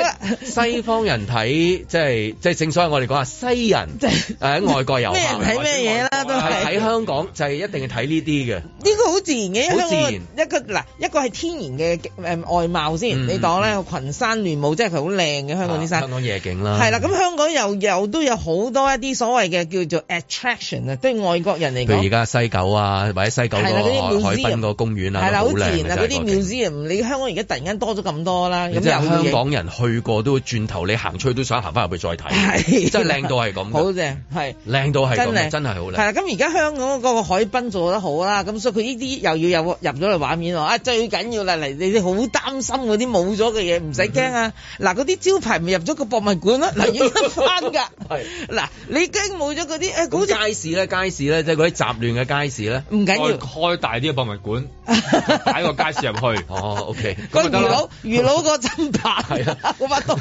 [SPEAKER 2] 係西方人睇，即係即係正所謂我哋講啊，西人誒喺外國遊客
[SPEAKER 4] 咩人睇咩嘢啦都
[SPEAKER 2] 係
[SPEAKER 4] 係
[SPEAKER 2] 睇香港就係一定係睇呢啲嘅。
[SPEAKER 4] 呢個好自然嘅，因為
[SPEAKER 2] 好自然
[SPEAKER 4] 一個嗱一個係天然嘅誒外貌先，
[SPEAKER 2] 嗯
[SPEAKER 4] 你講咧群山亂舞，即係佢好靚嘅香港啲
[SPEAKER 2] 啊香
[SPEAKER 4] 山。
[SPEAKER 2] 港夜景啦，
[SPEAKER 4] 係啦，咁香港又又都有好多一啲所謂嘅叫做 attraction 啊，對外國人嚟
[SPEAKER 2] 譬如而
[SPEAKER 4] 講。
[SPEAKER 2] 家西九啊，或者西九嗰
[SPEAKER 4] 係啦嗰啲
[SPEAKER 2] 個
[SPEAKER 4] museum
[SPEAKER 2] 海濱個公園啊，
[SPEAKER 4] 係啦，
[SPEAKER 2] 都好
[SPEAKER 4] 好自
[SPEAKER 2] 靚
[SPEAKER 4] 然
[SPEAKER 2] 嘅真
[SPEAKER 4] 啊！嗰
[SPEAKER 2] 係
[SPEAKER 4] 啲
[SPEAKER 2] 嗰啲
[SPEAKER 4] museum，你香港而家突然間多咗咁多啦，咁
[SPEAKER 2] 你
[SPEAKER 4] 又
[SPEAKER 2] 即係
[SPEAKER 4] 要
[SPEAKER 2] 香
[SPEAKER 4] 影
[SPEAKER 2] 港人去過都轉頭，你行出去都想行翻入去再睇，
[SPEAKER 4] 係
[SPEAKER 2] 真係靚到係咁㗎，
[SPEAKER 4] 好正，係
[SPEAKER 2] 靚到係咁
[SPEAKER 4] 真
[SPEAKER 2] 㗎，
[SPEAKER 4] 靚
[SPEAKER 2] 真係好靚
[SPEAKER 4] 係。啦，咁而家香港嗰個海濱做得好啦，咁所以佢呢啲又要入入咗嚟畫面喎。啊，最緊要啦，嚟你哋好擔心嗰啲冇咗嘅嘢，唔使驚啊！嗱，嗰啲招牌咪入咗個博物館啦，嗱，要得翻㗎。
[SPEAKER 2] 係
[SPEAKER 4] 嗱，你驚冇咗嗰啲誒古
[SPEAKER 2] 咁
[SPEAKER 4] 蹟
[SPEAKER 2] 街市咧，街市咧，即係嗰啲雜亂嘅街市咧，
[SPEAKER 4] 唔緊
[SPEAKER 3] 開
[SPEAKER 4] 要
[SPEAKER 3] 開大啲嘅博物 館，擺個街市入去。
[SPEAKER 2] 哦，OK，
[SPEAKER 4] 個魚佬魚佬個砧板
[SPEAKER 2] 係啦，
[SPEAKER 4] 嗰把刀。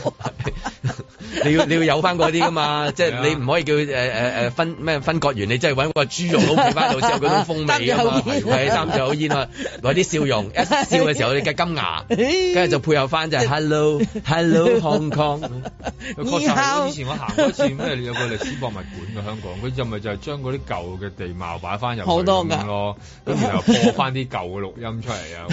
[SPEAKER 2] 你要你要有翻嗰啲噶 嘛，即
[SPEAKER 3] 係
[SPEAKER 2] 係
[SPEAKER 3] 啊
[SPEAKER 2] 你唔可以叫誒誒誒分咩分割完，你即係揾個豬肉撈起翻度之後嗰種 風味啊嘛，
[SPEAKER 4] 擔住口
[SPEAKER 2] 係
[SPEAKER 4] 煙
[SPEAKER 2] 擔住口煙啊，攞啲笑 容，一笑嘅時候你嘅金牙，跟住就配合翻就係 Hello Hello Hong Kong，
[SPEAKER 3] 確實係，我以前我行過一次咩，有個歷史博物館嘅香港，佢就咪就係將嗰啲舊嘅地貌擺翻入去
[SPEAKER 4] 好多
[SPEAKER 3] 咁
[SPEAKER 4] 㗎
[SPEAKER 3] 樣咯，咁然後播翻啲舊嘅錄音出嚟啊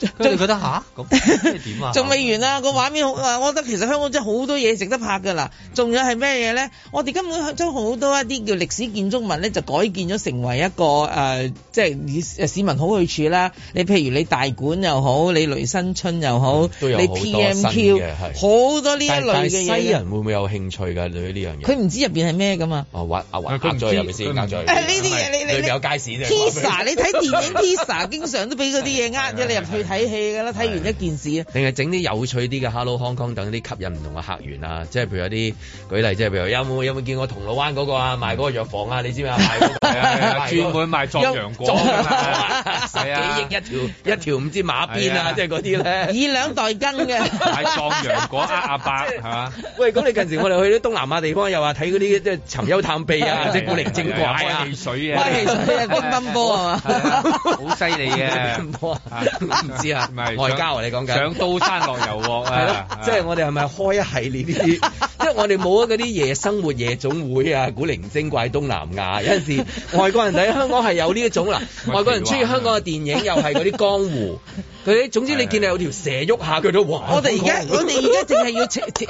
[SPEAKER 3] 咁樣， 跟住覺得吓，咁即係點啊？
[SPEAKER 4] 仲未完啊！個畫面好啊，我覺得其實香港真係好多嘢值得拍㗎啦。仲有係咩嘢咧？我哋根本將好多一啲叫歷史建築物咧，就改建咗成為一個誒、呃即係以市民好去處啦。你譬如你大館又好，你雷新春又好，
[SPEAKER 2] 嗯都有
[SPEAKER 4] 你
[SPEAKER 2] 好多新
[SPEAKER 4] PMQ
[SPEAKER 2] 嘅係
[SPEAKER 4] 好多呢一
[SPEAKER 2] 但但
[SPEAKER 4] 類
[SPEAKER 2] 係
[SPEAKER 4] 嘅
[SPEAKER 2] 西
[SPEAKER 4] 嘢。
[SPEAKER 2] 人會唔會有興趣㗎？對於呢樣嘢？
[SPEAKER 4] 佢唔知入邊係咩㗎嘛？
[SPEAKER 2] 哦，畫啊畫
[SPEAKER 3] 佢唔
[SPEAKER 2] 畫咗
[SPEAKER 3] 知
[SPEAKER 2] 入面先，
[SPEAKER 3] 佢唔
[SPEAKER 2] 畫咗入
[SPEAKER 4] 誒
[SPEAKER 2] 面
[SPEAKER 4] 呢啲嘢你你
[SPEAKER 2] 裏
[SPEAKER 4] 你
[SPEAKER 2] 面有街市啫。
[SPEAKER 4] Pizza，你睇電影 Pizza 經常都俾嗰啲嘢呃咗你入去睇戲㗎啦，睇完一件事啊。
[SPEAKER 2] 定係整啲有趣啲嘅 Hello Hong Kong 等啲吸引唔同嘅客源啊，即係譬如有啲舉例，即係譬如有冇有冇見過銅鑼灣嗰個啊賣嗰個藥房啊？你知唔 知啊？賣嗰個
[SPEAKER 3] 係啊係啊，專門賣壯陽果㗎嘛，係啊
[SPEAKER 2] 十幾億一條一條唔知馬鞭
[SPEAKER 3] 係
[SPEAKER 2] 啊，
[SPEAKER 3] 啊
[SPEAKER 2] 即係嗰啲咧。
[SPEAKER 4] 以兩代根嘅。
[SPEAKER 3] 買壯陽果
[SPEAKER 2] 啊
[SPEAKER 3] 呃阿伯 係嘛？
[SPEAKER 2] 喂，咁你近時我哋去啲東南亞地方，又話睇嗰啲即係尋幽探 秘啊，即係古靈精怪啊
[SPEAKER 3] 開。汽水啊，
[SPEAKER 4] 開汽水啊，乒乓波係
[SPEAKER 3] 係啊
[SPEAKER 4] 嘛？
[SPEAKER 3] 好犀利嘅，
[SPEAKER 2] 唔多啊
[SPEAKER 3] 啊
[SPEAKER 2] 唔知啊
[SPEAKER 3] 唔係
[SPEAKER 2] 外交啊你講緊
[SPEAKER 3] 上刀山落油 鑊
[SPEAKER 2] 係
[SPEAKER 3] 啊
[SPEAKER 2] 咯，，即係我哋係咪開一系列 呢啲？即係我哋冇咗嗰啲夜生活夜總會啊，古靈精怪東南亞。有陣 時外國人睇香港係有呢一種啦，
[SPEAKER 3] 喂
[SPEAKER 2] 外國人中意香港嘅電影又係嗰啲江湖，佢哋總之你見到有條蛇喐下佢都哇！
[SPEAKER 4] 啊我哋而家
[SPEAKER 2] 香港
[SPEAKER 4] 我哋而家淨係要切切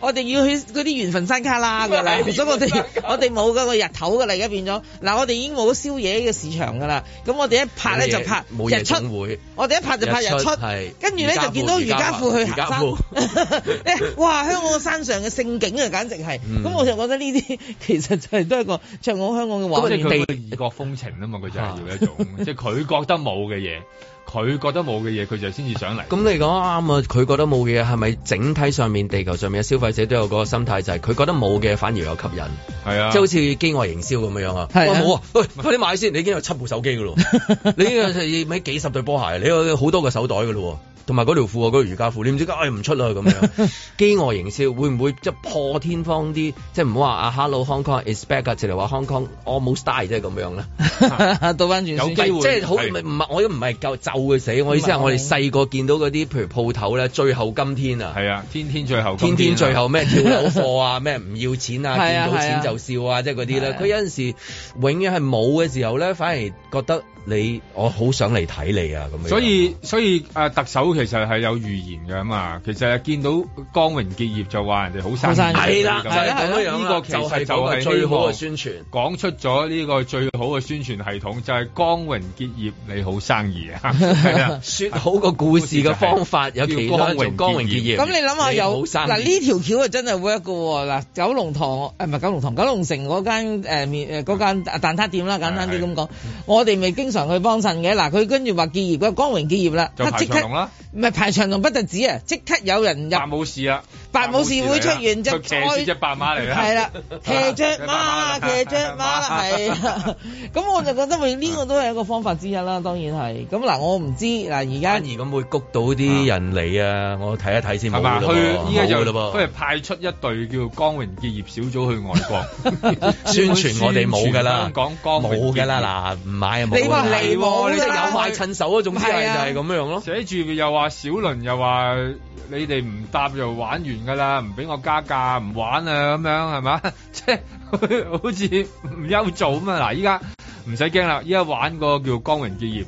[SPEAKER 4] 我哋要去嗰啲緣分山卡拉㗎啦，
[SPEAKER 2] 係
[SPEAKER 4] 所以我哋我哋冇嗰個日頭㗎啦，而家變咗嗱，我哋已經冇咗宵夜嘅市場㗎啦。咁我哋一拍咧就拍
[SPEAKER 2] 冇夜
[SPEAKER 4] 日出，
[SPEAKER 2] 總會。
[SPEAKER 4] 我哋一拍就拍日
[SPEAKER 2] 日出
[SPEAKER 4] 出
[SPEAKER 2] 係，
[SPEAKER 4] 跟住咧就見到
[SPEAKER 2] 瑜
[SPEAKER 4] 瑜
[SPEAKER 2] 伽
[SPEAKER 4] 伽
[SPEAKER 2] 褲
[SPEAKER 4] 褲去
[SPEAKER 2] 瑜伽
[SPEAKER 4] 行山
[SPEAKER 2] 褲，
[SPEAKER 4] 誒哇！香港嘅山上嘅勝景啊，簡直係。
[SPEAKER 2] 嗯
[SPEAKER 4] 咁我就覺得呢啲 其實就係都係一個唱好香港嘅畫
[SPEAKER 3] 即係
[SPEAKER 4] 面。
[SPEAKER 3] 佢個異國風情啊嘛，佢就係要一種，即係佢覺得冇嘅嘢，佢覺得冇嘅嘢，佢就先至想嚟。
[SPEAKER 2] 咁你講啱啊！佢覺得冇嘅嘢係咪整體上面地球上面嘅消費者都有嗰個心態，就係佢覺得冇嘅反而有吸引。
[SPEAKER 3] 係啊，
[SPEAKER 2] 即係好似飢餓營銷咁樣樣啊！喂
[SPEAKER 4] 係啊
[SPEAKER 2] 冇啊！喂，快啲買先！你已經有七部手機噶咯，你已經有咪幾十對波鞋，你有好多個手袋噶咯喎，同埋嗰條褲啊，嗰條瑜伽褲，你唔知唉唔出啦咁樣。飢餓營銷會唔會即係破天荒啲？即係唔好話啊，Hello Hong Kong is back 啊，直嚟話 Hong Kong almost die 即係咁樣咧。
[SPEAKER 4] 倒翻轉
[SPEAKER 3] 有
[SPEAKER 4] 先
[SPEAKER 3] 機。會
[SPEAKER 2] 即係好唔
[SPEAKER 3] 係
[SPEAKER 2] 係唔係，我都唔係夠咒佢死。我意思係我哋細個見到嗰啲譬如鋪頭咧，最後今天啊。
[SPEAKER 3] 係啊，天天最後，
[SPEAKER 2] 天天最後咩跳樓貨啊，咩唔要錢啊，
[SPEAKER 4] 係啊
[SPEAKER 2] 見到錢就笑啊，即係嗰啲咧。
[SPEAKER 4] 係啊
[SPEAKER 2] 佢有陣時永遠係冇嘅時候咧，反而覺得你我好想嚟睇你啊咁樣。
[SPEAKER 3] 所以所以啊，特首其實係有預言嘅嘛。其實係見到光榮結業就話人哋好生
[SPEAKER 2] 好生
[SPEAKER 3] 意
[SPEAKER 2] 意係啦
[SPEAKER 3] 咁
[SPEAKER 2] 係啦係啦
[SPEAKER 3] 呢個其
[SPEAKER 2] 就係
[SPEAKER 3] 實就
[SPEAKER 2] 嗰個
[SPEAKER 3] 係
[SPEAKER 2] 最好嘅
[SPEAKER 3] 希
[SPEAKER 2] 宣
[SPEAKER 3] 望
[SPEAKER 2] 傳，
[SPEAKER 3] 講出咗呢個最好嘅宣傳系統，就係光榮結業你好生意啊！ 係啊
[SPEAKER 2] 説好個故事嘅方法有其他一種光榮結業。
[SPEAKER 4] 咁你諗下有
[SPEAKER 2] 好生意
[SPEAKER 4] 嗱呢條橋啊真係 work 嘅喎嗱，九龍塘誒唔係九龍塘九龍城嗰間誒面誒嗰間蛋撻店啦，簡單啲咁講，我哋咪經常去幫襯嘅嗱，佢跟住話結業嘅光榮結業啦，
[SPEAKER 3] 就
[SPEAKER 4] 啊
[SPEAKER 3] 排長龍啦，
[SPEAKER 4] 唔係排長龍不特止啊，即刻有人入
[SPEAKER 3] 白武士啊，
[SPEAKER 4] 白武士會出現
[SPEAKER 3] 就
[SPEAKER 4] 就
[SPEAKER 3] 騎住隻白馬嚟啦，
[SPEAKER 4] 係啦，騎着馬，騎着馬啦，係 啊。咁我就覺得喂，呢個都係一個方法之一啦，當然係。咁嗱，我唔知嗱，而家
[SPEAKER 2] 反而咁會谷到啲人嚟啊！我睇一睇先，
[SPEAKER 3] 係
[SPEAKER 2] 冇
[SPEAKER 3] 嘛？去
[SPEAKER 2] 㗎噃
[SPEAKER 3] 依家就
[SPEAKER 2] 冇㗎噃
[SPEAKER 3] 不如派出一隊叫光榮結業小組去外國
[SPEAKER 2] 宣傳我哋冇㗎
[SPEAKER 3] 宣傳
[SPEAKER 2] 啦
[SPEAKER 3] 香港光榮
[SPEAKER 2] 冇㗎
[SPEAKER 3] 結業
[SPEAKER 2] 啦嗱唔買啊冇㗎啦
[SPEAKER 3] 你話嚟喎，你
[SPEAKER 2] 即係有
[SPEAKER 3] 買
[SPEAKER 2] 買趁手啊總之係係啊就係咁樣咯。
[SPEAKER 3] 寫住又話小輪又話你哋唔搭就玩完㗎啦，唔俾我加價唔玩啊咁樣係嘛？ 即係好似唔憂做咁啊！嗱，依家唔使驚啦，依家玩個叫光榮結業。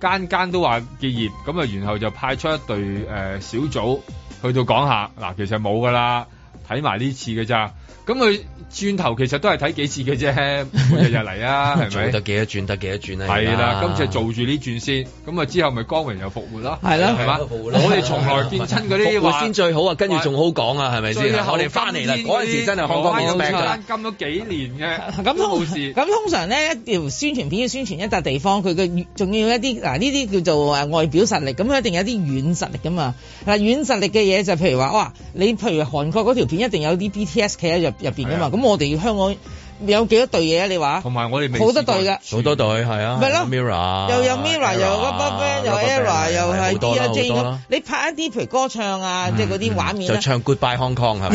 [SPEAKER 3] 間間都話結業，咁啊，然後就派出一隊誒、呃小組去到講下，嗱，其實冇噶啦，睇埋呢次嘅咋，咁佢轉頭其實都係睇幾次嘅啫，每日日嚟啊，係
[SPEAKER 2] 做
[SPEAKER 3] 咪？
[SPEAKER 2] 得幾多轉得幾多轉啊？
[SPEAKER 3] 係啦，今
[SPEAKER 2] 而家
[SPEAKER 3] 次做住呢轉先，咁啊之後咪光榮又復活啦，
[SPEAKER 2] 係啦
[SPEAKER 3] 係嘛？
[SPEAKER 2] 係啦復活啦
[SPEAKER 3] 我哋從來見親 嗰
[SPEAKER 2] 復
[SPEAKER 3] 啲
[SPEAKER 2] 活
[SPEAKER 3] 話
[SPEAKER 2] 先最好啊，跟住仲好講啊，係咪
[SPEAKER 3] 最
[SPEAKER 2] 先？
[SPEAKER 3] 後
[SPEAKER 2] 我哋翻嚟啦，
[SPEAKER 3] 今
[SPEAKER 2] 嗰陣時真係香港冇得命㗎。
[SPEAKER 3] 金咗幾年嘅，
[SPEAKER 4] 咁
[SPEAKER 3] 都
[SPEAKER 4] 通
[SPEAKER 3] 冇事。
[SPEAKER 4] 咁通常咧，一條宣傳片要宣傳一笪地方，佢嘅仲要一啲嗱呢啲叫做誒外表實力，咁啊佢一定有啲軟實力噶嘛。嗱軟實力嘅嘢就譬如話，哇，你譬如韓國嗰條片一定有啲 BTS 企喺入入邊噶
[SPEAKER 2] 啊
[SPEAKER 4] 嘛。咁我哋香港有幾多隊嘢啊？你話？
[SPEAKER 3] 同埋我哋未
[SPEAKER 4] 好多隊㗎
[SPEAKER 2] 好多隊係啊，
[SPEAKER 4] 咪咯
[SPEAKER 2] 有 Mirror，啊
[SPEAKER 4] 又有 Mirror，又有 Rubberband，又有 Era，又
[SPEAKER 2] 好
[SPEAKER 4] 係
[SPEAKER 2] 多啦
[SPEAKER 4] Dear
[SPEAKER 2] 好
[SPEAKER 4] Jane
[SPEAKER 2] 多
[SPEAKER 4] 咁
[SPEAKER 2] 啦。。嗯
[SPEAKER 4] 你拍一啲譬如歌唱啊，即係嗰啲畫面
[SPEAKER 2] 就
[SPEAKER 4] 咧。
[SPEAKER 2] 唱 Goodbye Hong Kong 係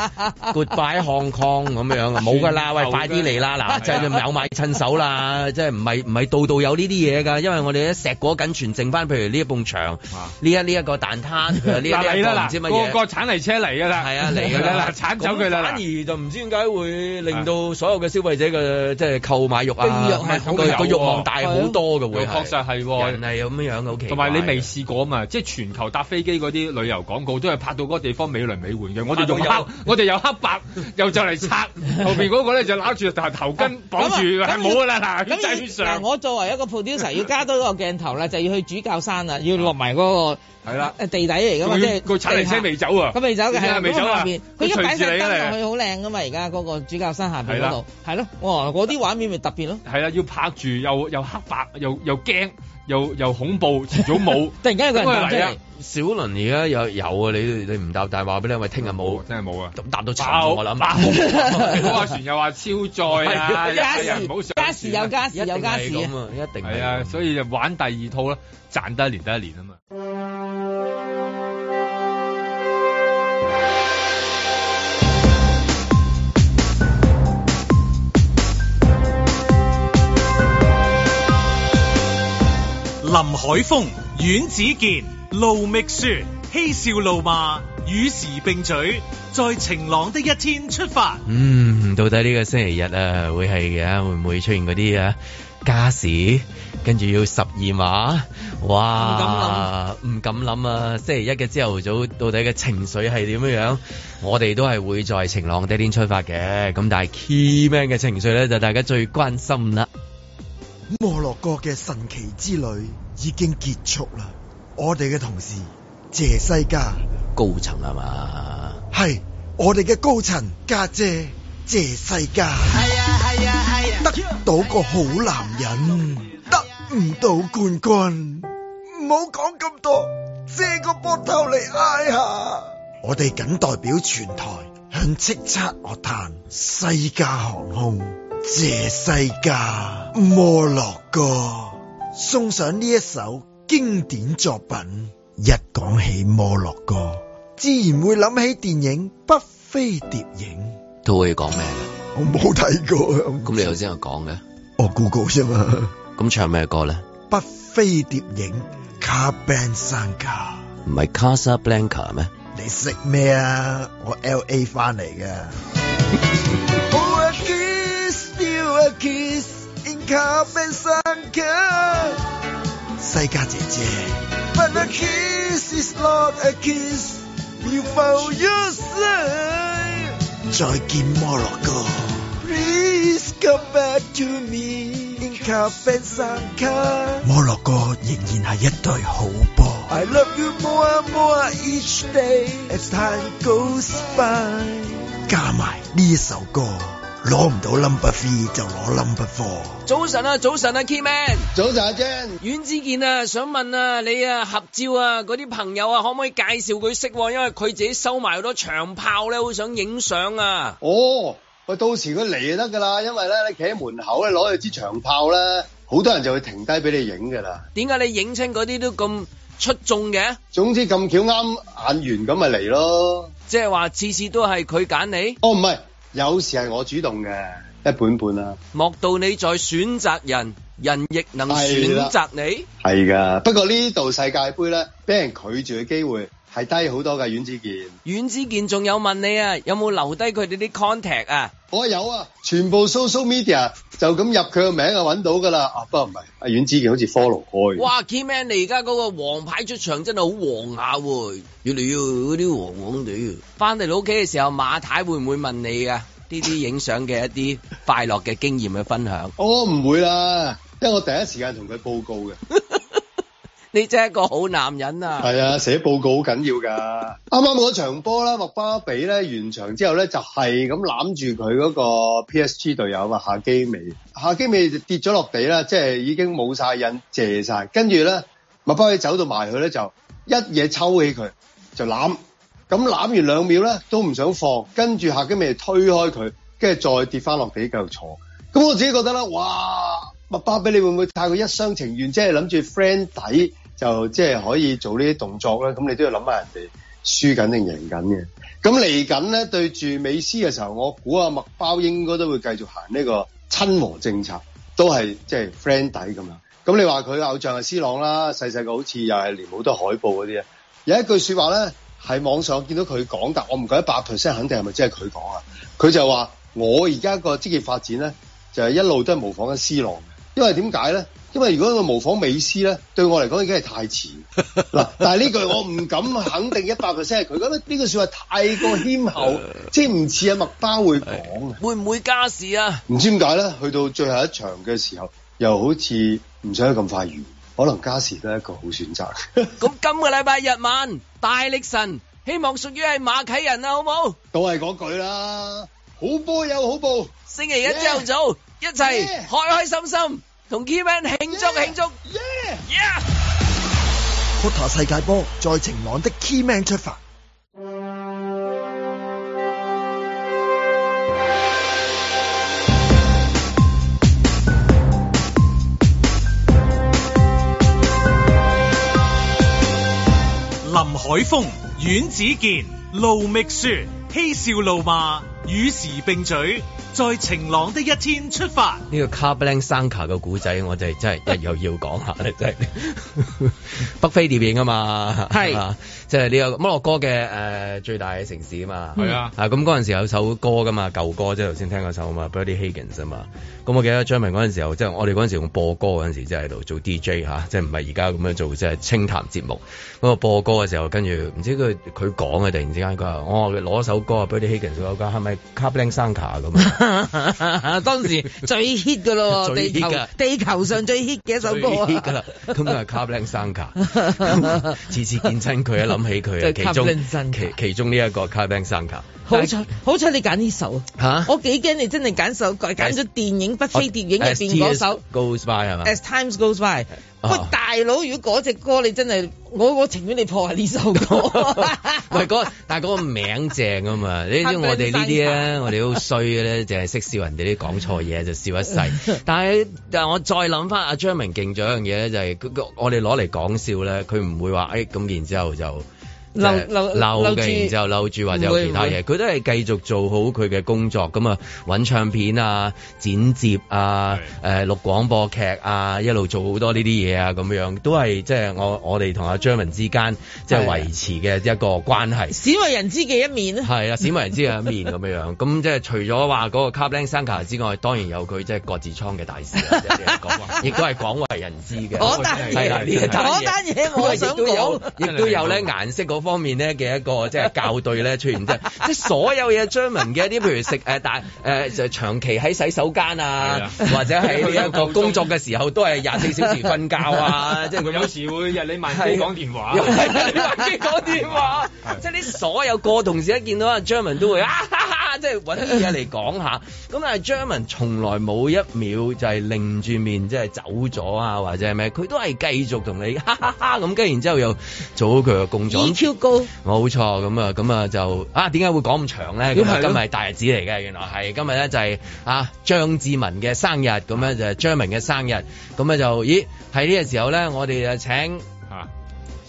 [SPEAKER 2] 咪 ？Goodbye，Goodbye Hong Kong 咁樣啊冇㗎啦，喂，快啲嚟啦！ 嗱，真係有買趁手啦，即係唔係唔係度度有呢啲嘢㗎？因為我哋咧石果緊存剩翻，譬如呢一埲牆，
[SPEAKER 3] 啊
[SPEAKER 2] 呢一呢一個蛋撻，譬如呢一
[SPEAKER 3] 嗱
[SPEAKER 2] 呢一
[SPEAKER 3] 嚟
[SPEAKER 2] 個
[SPEAKER 3] 啦
[SPEAKER 2] 唔知乜
[SPEAKER 3] 嗱，個
[SPEAKER 2] 嘢。
[SPEAKER 3] 個鏟泥車嚟㗎啦，
[SPEAKER 2] 係啊，嚟㗎啦，
[SPEAKER 3] 嗱， 鏟走佢啦，
[SPEAKER 2] 咁反而就唔知點解會令到所有嘅消費者嘅即係購買欲啊，個個欲望大好多嘅會
[SPEAKER 3] 又確實係喎，
[SPEAKER 2] 人係咁樣嘅，好奇怪
[SPEAKER 3] 同埋你未試過啊嘛，即係全球搭飛機嗰啲旅遊廣告都係拍到嗰個地方美輪美奐嘅，我哋仲
[SPEAKER 2] 拍到
[SPEAKER 3] 黑
[SPEAKER 2] 有，
[SPEAKER 3] 我哋有黑白，又就嚟 拆，後邊嗰個咧就攬住頭頭巾
[SPEAKER 2] 啊
[SPEAKER 3] 綁住，係冇㗎啦，嗱，
[SPEAKER 4] 啊咁
[SPEAKER 3] 制
[SPEAKER 4] 要嗱，
[SPEAKER 3] 上
[SPEAKER 4] 我作為一個 producer 要加多一個鏡頭啦，就要去主教山啦，要落埋嗰個
[SPEAKER 3] 啊係啦
[SPEAKER 4] 誒地底嚟噶嘛，
[SPEAKER 3] 仲
[SPEAKER 4] 即
[SPEAKER 3] 要
[SPEAKER 4] 係
[SPEAKER 3] 個鏟泥車未走啊
[SPEAKER 4] 佢未走嘅
[SPEAKER 3] 佢真係
[SPEAKER 4] 係
[SPEAKER 3] 未走啊
[SPEAKER 4] 咁下邊佢
[SPEAKER 3] 佢
[SPEAKER 4] 一擺
[SPEAKER 3] 隨住
[SPEAKER 4] 晒
[SPEAKER 3] 你
[SPEAKER 4] 燈
[SPEAKER 3] 㗎
[SPEAKER 4] 落
[SPEAKER 3] 你
[SPEAKER 4] 去好靚噶嘛，而家嗰個主教山下邊
[SPEAKER 3] 係
[SPEAKER 4] 嗰
[SPEAKER 3] 啦
[SPEAKER 4] 度係咯，哇！嗰啲畫面咪特別咯，
[SPEAKER 3] 係啦，要拍住又又黑白，又又驚，又又恐怖，遲早 冇，
[SPEAKER 4] 突然間有個
[SPEAKER 3] 咁
[SPEAKER 4] 人
[SPEAKER 3] 佢
[SPEAKER 4] 彈出
[SPEAKER 3] 嚟啊
[SPEAKER 4] 嚟。
[SPEAKER 2] 小輪而家有有啊，你你唔搭，但係話俾你聽，喂，聽日冇，
[SPEAKER 3] 真係冇啊，
[SPEAKER 2] 搭到沉
[SPEAKER 3] 爆
[SPEAKER 2] 我諗，
[SPEAKER 3] 爆嗰個船又話超載 啊，有
[SPEAKER 4] 加
[SPEAKER 3] 啲人
[SPEAKER 4] 時
[SPEAKER 3] 唔好上啊
[SPEAKER 4] 加時有加時有加
[SPEAKER 2] 一
[SPEAKER 4] 時
[SPEAKER 2] 定係
[SPEAKER 4] 啊
[SPEAKER 2] 咁啊，一定
[SPEAKER 3] 係
[SPEAKER 2] 係
[SPEAKER 3] 啊，所以就玩第二套啦，賺得一年得一年啊嘛。
[SPEAKER 1] 林海峰、阮子健、盧覓雪，嬉笑怒罵，與時並舉，在晴朗的一天出發。
[SPEAKER 2] 嗯，到底呢個星期日啊，會係嘅，會唔會出現嗰啲啊加時，跟住要十二碼，哇！唔敢諗啊！星期一嘅朝頭早，到底嘅情緒係點樣樣？我哋都係會在晴朗的一天出發嘅，咁但係 key man 嘅情緒咧，就大家最關心啦。
[SPEAKER 11] 摩洛哥嘅神奇之旅已經結束啦。我哋嘅同事謝西嘉
[SPEAKER 2] 高層係嘛？
[SPEAKER 11] 係我哋嘅高層家姐謝西嘉，係啊係啊係啊，得到個好男人，得唔到冠軍，唔好講咁多，借個膊頭嚟挨下。我哋謹代表全台向叱咤樂壇、西加航空、謝西加、摩洛哥送上呢一首經典作品。一講起摩洛哥，自然會諗起電影《北非諜影
[SPEAKER 2] 都會講咩嘅？》，
[SPEAKER 11] 我冇睇過啊。
[SPEAKER 2] 咁你頭先有講嘅，
[SPEAKER 11] 我哦 Google 啫嘛。
[SPEAKER 2] 咁唱咩歌咧？
[SPEAKER 11] 北非諜影卡 band 山卡，
[SPEAKER 2] 唔係 Casablanca 咩？
[SPEAKER 11] 你識咩啊？我 L A 翻嚟嘅。Oh, a kiss, still a kiss in Cape Sanca 西家姐姐， But a kiss is not a kiss. You found yourself. 再見摩洛哥。Please come back to me in cafe Sanka.
[SPEAKER 12] 摩洛哥仍然係一隊好波。
[SPEAKER 11] I love you more and more each day as time goes by.
[SPEAKER 12] 加埋呢首歌，攞唔到 number three 就攞 number four。
[SPEAKER 13] 早晨啊，早晨啊，Keyman。早晨啊，Jan。阮之健啊，想問啊，你啊合照啊，嗰啲朋友啊，可唔可以介紹佢識喎？因為佢自己收埋好多長炮咧，好想影相啊。
[SPEAKER 14] 哦，喂，到時佢嚟就得㗎啦，因為咧你企喺門口咧攞住支長炮咧，好多人就會停低俾你影㗎啦。
[SPEAKER 13] 點解你影親嗰啲都咁出眾嘅？
[SPEAKER 14] 總之咁巧啱眼緣咁咪嚟咯。
[SPEAKER 13] 即係話次次都係佢揀你？
[SPEAKER 14] 哦，唔係，有時係我主動嘅，一半半啦。
[SPEAKER 13] 莫道你在選擇人，人亦能
[SPEAKER 14] 係
[SPEAKER 13] 選
[SPEAKER 14] 啦
[SPEAKER 13] 擇你。
[SPEAKER 14] 係㗎，不過呢度世界盃咧，俾人拒絕嘅機會係低好多㗎，阮子健。
[SPEAKER 13] 阮之健仲有問你啊，有冇留低佢哋啲 contact 啊？
[SPEAKER 14] 我有啊，全部 social media 就咁入佢個名就揾到㗎啦。啊，不過唔係，阿阮子健好似 follow 開。
[SPEAKER 2] 哦
[SPEAKER 13] 哇，Keyman，你而家嗰個黃牌出場真係好黃下喎，越嚟越嗰啲黃黃地。啊翻嚟老屋企嘅時候，馬太會唔會問你啊？呢啲影相嘅一啲快樂嘅經驗嘅分享，
[SPEAKER 14] 我哦唔會啦，因為我第一時間同佢報告嘅。
[SPEAKER 13] 你真係一個好男人啊！
[SPEAKER 14] 係啊，寫報告好緊要㗎。啱啱嗰場波啦，麥巴比咧完場之後咧就係咁攬住佢嗰個 P.S.G 隊友啊嘛，夏基美。夏基美就跌咗落地啦，即係已經冇晒癮，謝晒。跟住咧，麥巴比走到埋去咧就一嘢抽起佢就攬，咁攬完兩秒咧都唔想放，跟住夏基美就推開佢，跟住再跌翻落地繼續坐。咁我自己覺得咧，哇！麥巴比你會唔會太過一廂情願，即係諗住 friend 底就即係可以做呢啲動作咧？咁你都要諗下人哋輸緊定贏緊嘅。咁嚟緊咧對住美斯嘅時候，我估啊麥包應該都會繼續行呢個親和政策，都係即係 friend 底咁樣。咁你話佢偶像係 C 朗啦，細細個好似又係連好多海報嗰啲啊。有一句説話咧，喺網上我見到佢講，但我唔覺得百 percent 肯定係咪真係佢講啊。佢就話：我而家個職業發展咧，就係一路都係模仿緊 C 朗嘅。因為點解咧？因為如果佢模仿美斯咧，對我嚟講已經係太 遲。嗱，但係呢句我唔敢肯定一百 percent 係佢，咁呢句説話太過謙 厚，即係唔似阿麥包會講啊。
[SPEAKER 13] 會唔會加時啊？
[SPEAKER 14] 唔知點解咧，去到最後一場嘅時候，又好似唔想咁快完，可能加時都係一個好選擇。
[SPEAKER 13] 咁今個禮拜日晚大力神，希望屬於係馬啟仁啊，好冇？
[SPEAKER 14] 都係嗰句啦，好波有好報。
[SPEAKER 13] 星期一朝頭早一齊開開心心，同 Keyman 慶祝慶祝。
[SPEAKER 11] Kota 世界波，在晴朗的 Key Man 出發。
[SPEAKER 1] 林海峰、阮子健、盧覓雪，嬉笑怒罵，與時並舉，在晴朗的一天出發。
[SPEAKER 2] 呢個 c a r b l a n g Sanka 嘅古仔，我哋真係日又要講下咧，真係北非諜影啊嘛，
[SPEAKER 4] 係
[SPEAKER 2] 嘛 即係呢個摩洛哥嘅誒最大嘅城市啊嘛，
[SPEAKER 4] 係啊
[SPEAKER 2] 啊咁嗰陣時有首歌噶嘛，舊歌即係頭先聽嗰首啊嘛，Bertie Higgins 啊嘛，咁我記得張明嗰陣時候，即係我哋嗰陣時用播歌嗰陣時，即係喺度做 DJ 嚇，即係唔係而家咁樣做，即係清談節目。咁我播歌嘅時候，跟住唔知佢佢講嘅突然之間，佢話我攞首歌啊，Bertie Higgins 嗰個係咪 c a r b l a n g Sanka 咁啊？
[SPEAKER 4] 當時最 hit 噶咯喎，
[SPEAKER 2] 最
[SPEAKER 4] 地
[SPEAKER 2] hit
[SPEAKER 4] 球
[SPEAKER 2] 㗎
[SPEAKER 4] 地球上最 hit 嘅一首歌
[SPEAKER 2] 最 hit
[SPEAKER 4] 啊
[SPEAKER 2] 㗎啦，咁都係 c a r b l a n g Sanka，次次見親佢一諗起 佢啊，
[SPEAKER 4] 就係
[SPEAKER 2] 其中
[SPEAKER 4] Kablan
[SPEAKER 2] 其其中呢一個 c a r b l a n g Sanka，
[SPEAKER 4] 好彩好彩你揀呢首
[SPEAKER 2] 嚇
[SPEAKER 4] 啊！我幾驚你真係揀首改揀咗電影《
[SPEAKER 2] 哦
[SPEAKER 4] 北非諜影》入邊嗰首
[SPEAKER 2] Goes By 係嘛？
[SPEAKER 4] As Times Goes By。喂，
[SPEAKER 2] 啊
[SPEAKER 4] 大佬，如果嗰隻歌你真係，我我情願你破壞呢首 歌。
[SPEAKER 2] 喂，嗰但係嗰個名正啊嘛，你知我哋呢啲咧，我哋好衰嘅咧，淨係識笑人哋啲講錯嘢就笑一世。 但係但係我再諗翻阿哎張明勁咗一樣嘢咧，就係佢個我哋攞嚟講笑咧，佢唔會話誒咁，然之後就
[SPEAKER 4] 留
[SPEAKER 2] 即係
[SPEAKER 4] 留
[SPEAKER 2] 嬲
[SPEAKER 4] 留
[SPEAKER 2] 嘅，然
[SPEAKER 4] 住
[SPEAKER 2] 之後嬲住或者
[SPEAKER 4] 唔
[SPEAKER 2] 有
[SPEAKER 4] 會
[SPEAKER 2] 其他
[SPEAKER 4] 唔
[SPEAKER 2] 嘢，
[SPEAKER 4] 會
[SPEAKER 2] 佢都係繼續做好佢嘅工作咁啊，揾唱片啊、剪接啊、誒錄廣播劇啊，一路做好多呢啲嘢啊，咁樣都係即係我我哋同阿張文之間即係
[SPEAKER 4] 係啊
[SPEAKER 2] 維持嘅一個關係。
[SPEAKER 4] 鮮為人知嘅一面啊！
[SPEAKER 2] 係啦，鮮為人知嘅一面咁樣樣，咁即係除咗話嗰個 Carbon s a n k a 之外，當然有佢即係各自倉嘅大事啦，即係講亦都係廣為人知 嘅。
[SPEAKER 4] 嗰單嘢
[SPEAKER 2] 係啊啦呢一單嘢，
[SPEAKER 4] 嗰單嘢我 想
[SPEAKER 2] 咁啊亦都有
[SPEAKER 4] 講
[SPEAKER 2] 亦都 有咧顏色嗰方面咧嘅一個即係校對咧出現，即係即係所有嘢張文嘅一啲，譬如食誒大誒就長期喺洗手間啊，或者喺呢一個工作嘅時候都係廿四小時瞓 覺啊，即係
[SPEAKER 3] 有時會日理萬機
[SPEAKER 2] 係
[SPEAKER 3] 講電 話。
[SPEAKER 2] 又係你話機 講電話，即係你所有個同事一見到阿張文都會啊哈哈，即係揾啲嘢嚟講下。咁但係張文從來冇一秒就係擰住面即係走咗啊，或者係咩，佢都係繼續同你 哈哈哈咁，跟住然之後又做好佢嘅工作。
[SPEAKER 4] EQ E 高，
[SPEAKER 2] 冇錯，咁啊，咁啊就啊，點解會講咁長咧？咁
[SPEAKER 4] 咁
[SPEAKER 2] 啊
[SPEAKER 4] 係咯
[SPEAKER 2] 今日係大日子嚟嘅，原來係今日咧就係、啊張志文嘅生日，咁
[SPEAKER 4] 啊
[SPEAKER 2] 咧就係張文嘅生日，咁咧就咦喺呢個時候咧，我哋就請嚇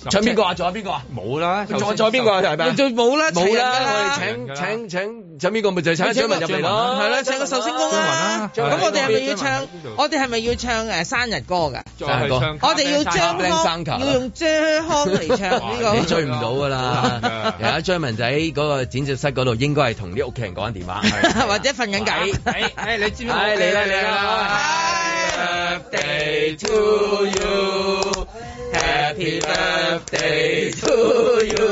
[SPEAKER 2] 請邊個啊？仲有邊個啊？
[SPEAKER 3] 冇啦，
[SPEAKER 2] 仲有仲有邊個啊？係咪啊？
[SPEAKER 4] 就冇啦
[SPEAKER 2] 冇啦，我
[SPEAKER 4] 齊
[SPEAKER 2] 哋
[SPEAKER 4] 人
[SPEAKER 2] 請
[SPEAKER 4] 㗎啦
[SPEAKER 2] 請請請邊個咪就係請阿張文入嚟咯，
[SPEAKER 4] 係啦，請個壽星公啦。咁
[SPEAKER 2] 張文啦
[SPEAKER 4] 我哋係咪要
[SPEAKER 2] 張文
[SPEAKER 4] 唱
[SPEAKER 2] 啦呢度？
[SPEAKER 4] 我哋係咪要唱誒生日歌㗎？
[SPEAKER 2] 生日歌
[SPEAKER 4] 我哋要張
[SPEAKER 2] Blank
[SPEAKER 4] 康，
[SPEAKER 2] Sanka 啦
[SPEAKER 4] 要用張康嚟唱呢個。
[SPEAKER 2] 你追唔到啊㗎啦！而家張文仔嗰個剪接室嗰度應該係同啲屋企人講緊電 話。
[SPEAKER 4] 或者瞓緊覺。哎
[SPEAKER 3] 誒，你知
[SPEAKER 4] 唔
[SPEAKER 2] 知我唉你啦你啦
[SPEAKER 6] Birthday to
[SPEAKER 4] 啊
[SPEAKER 6] you, happy birthday to you,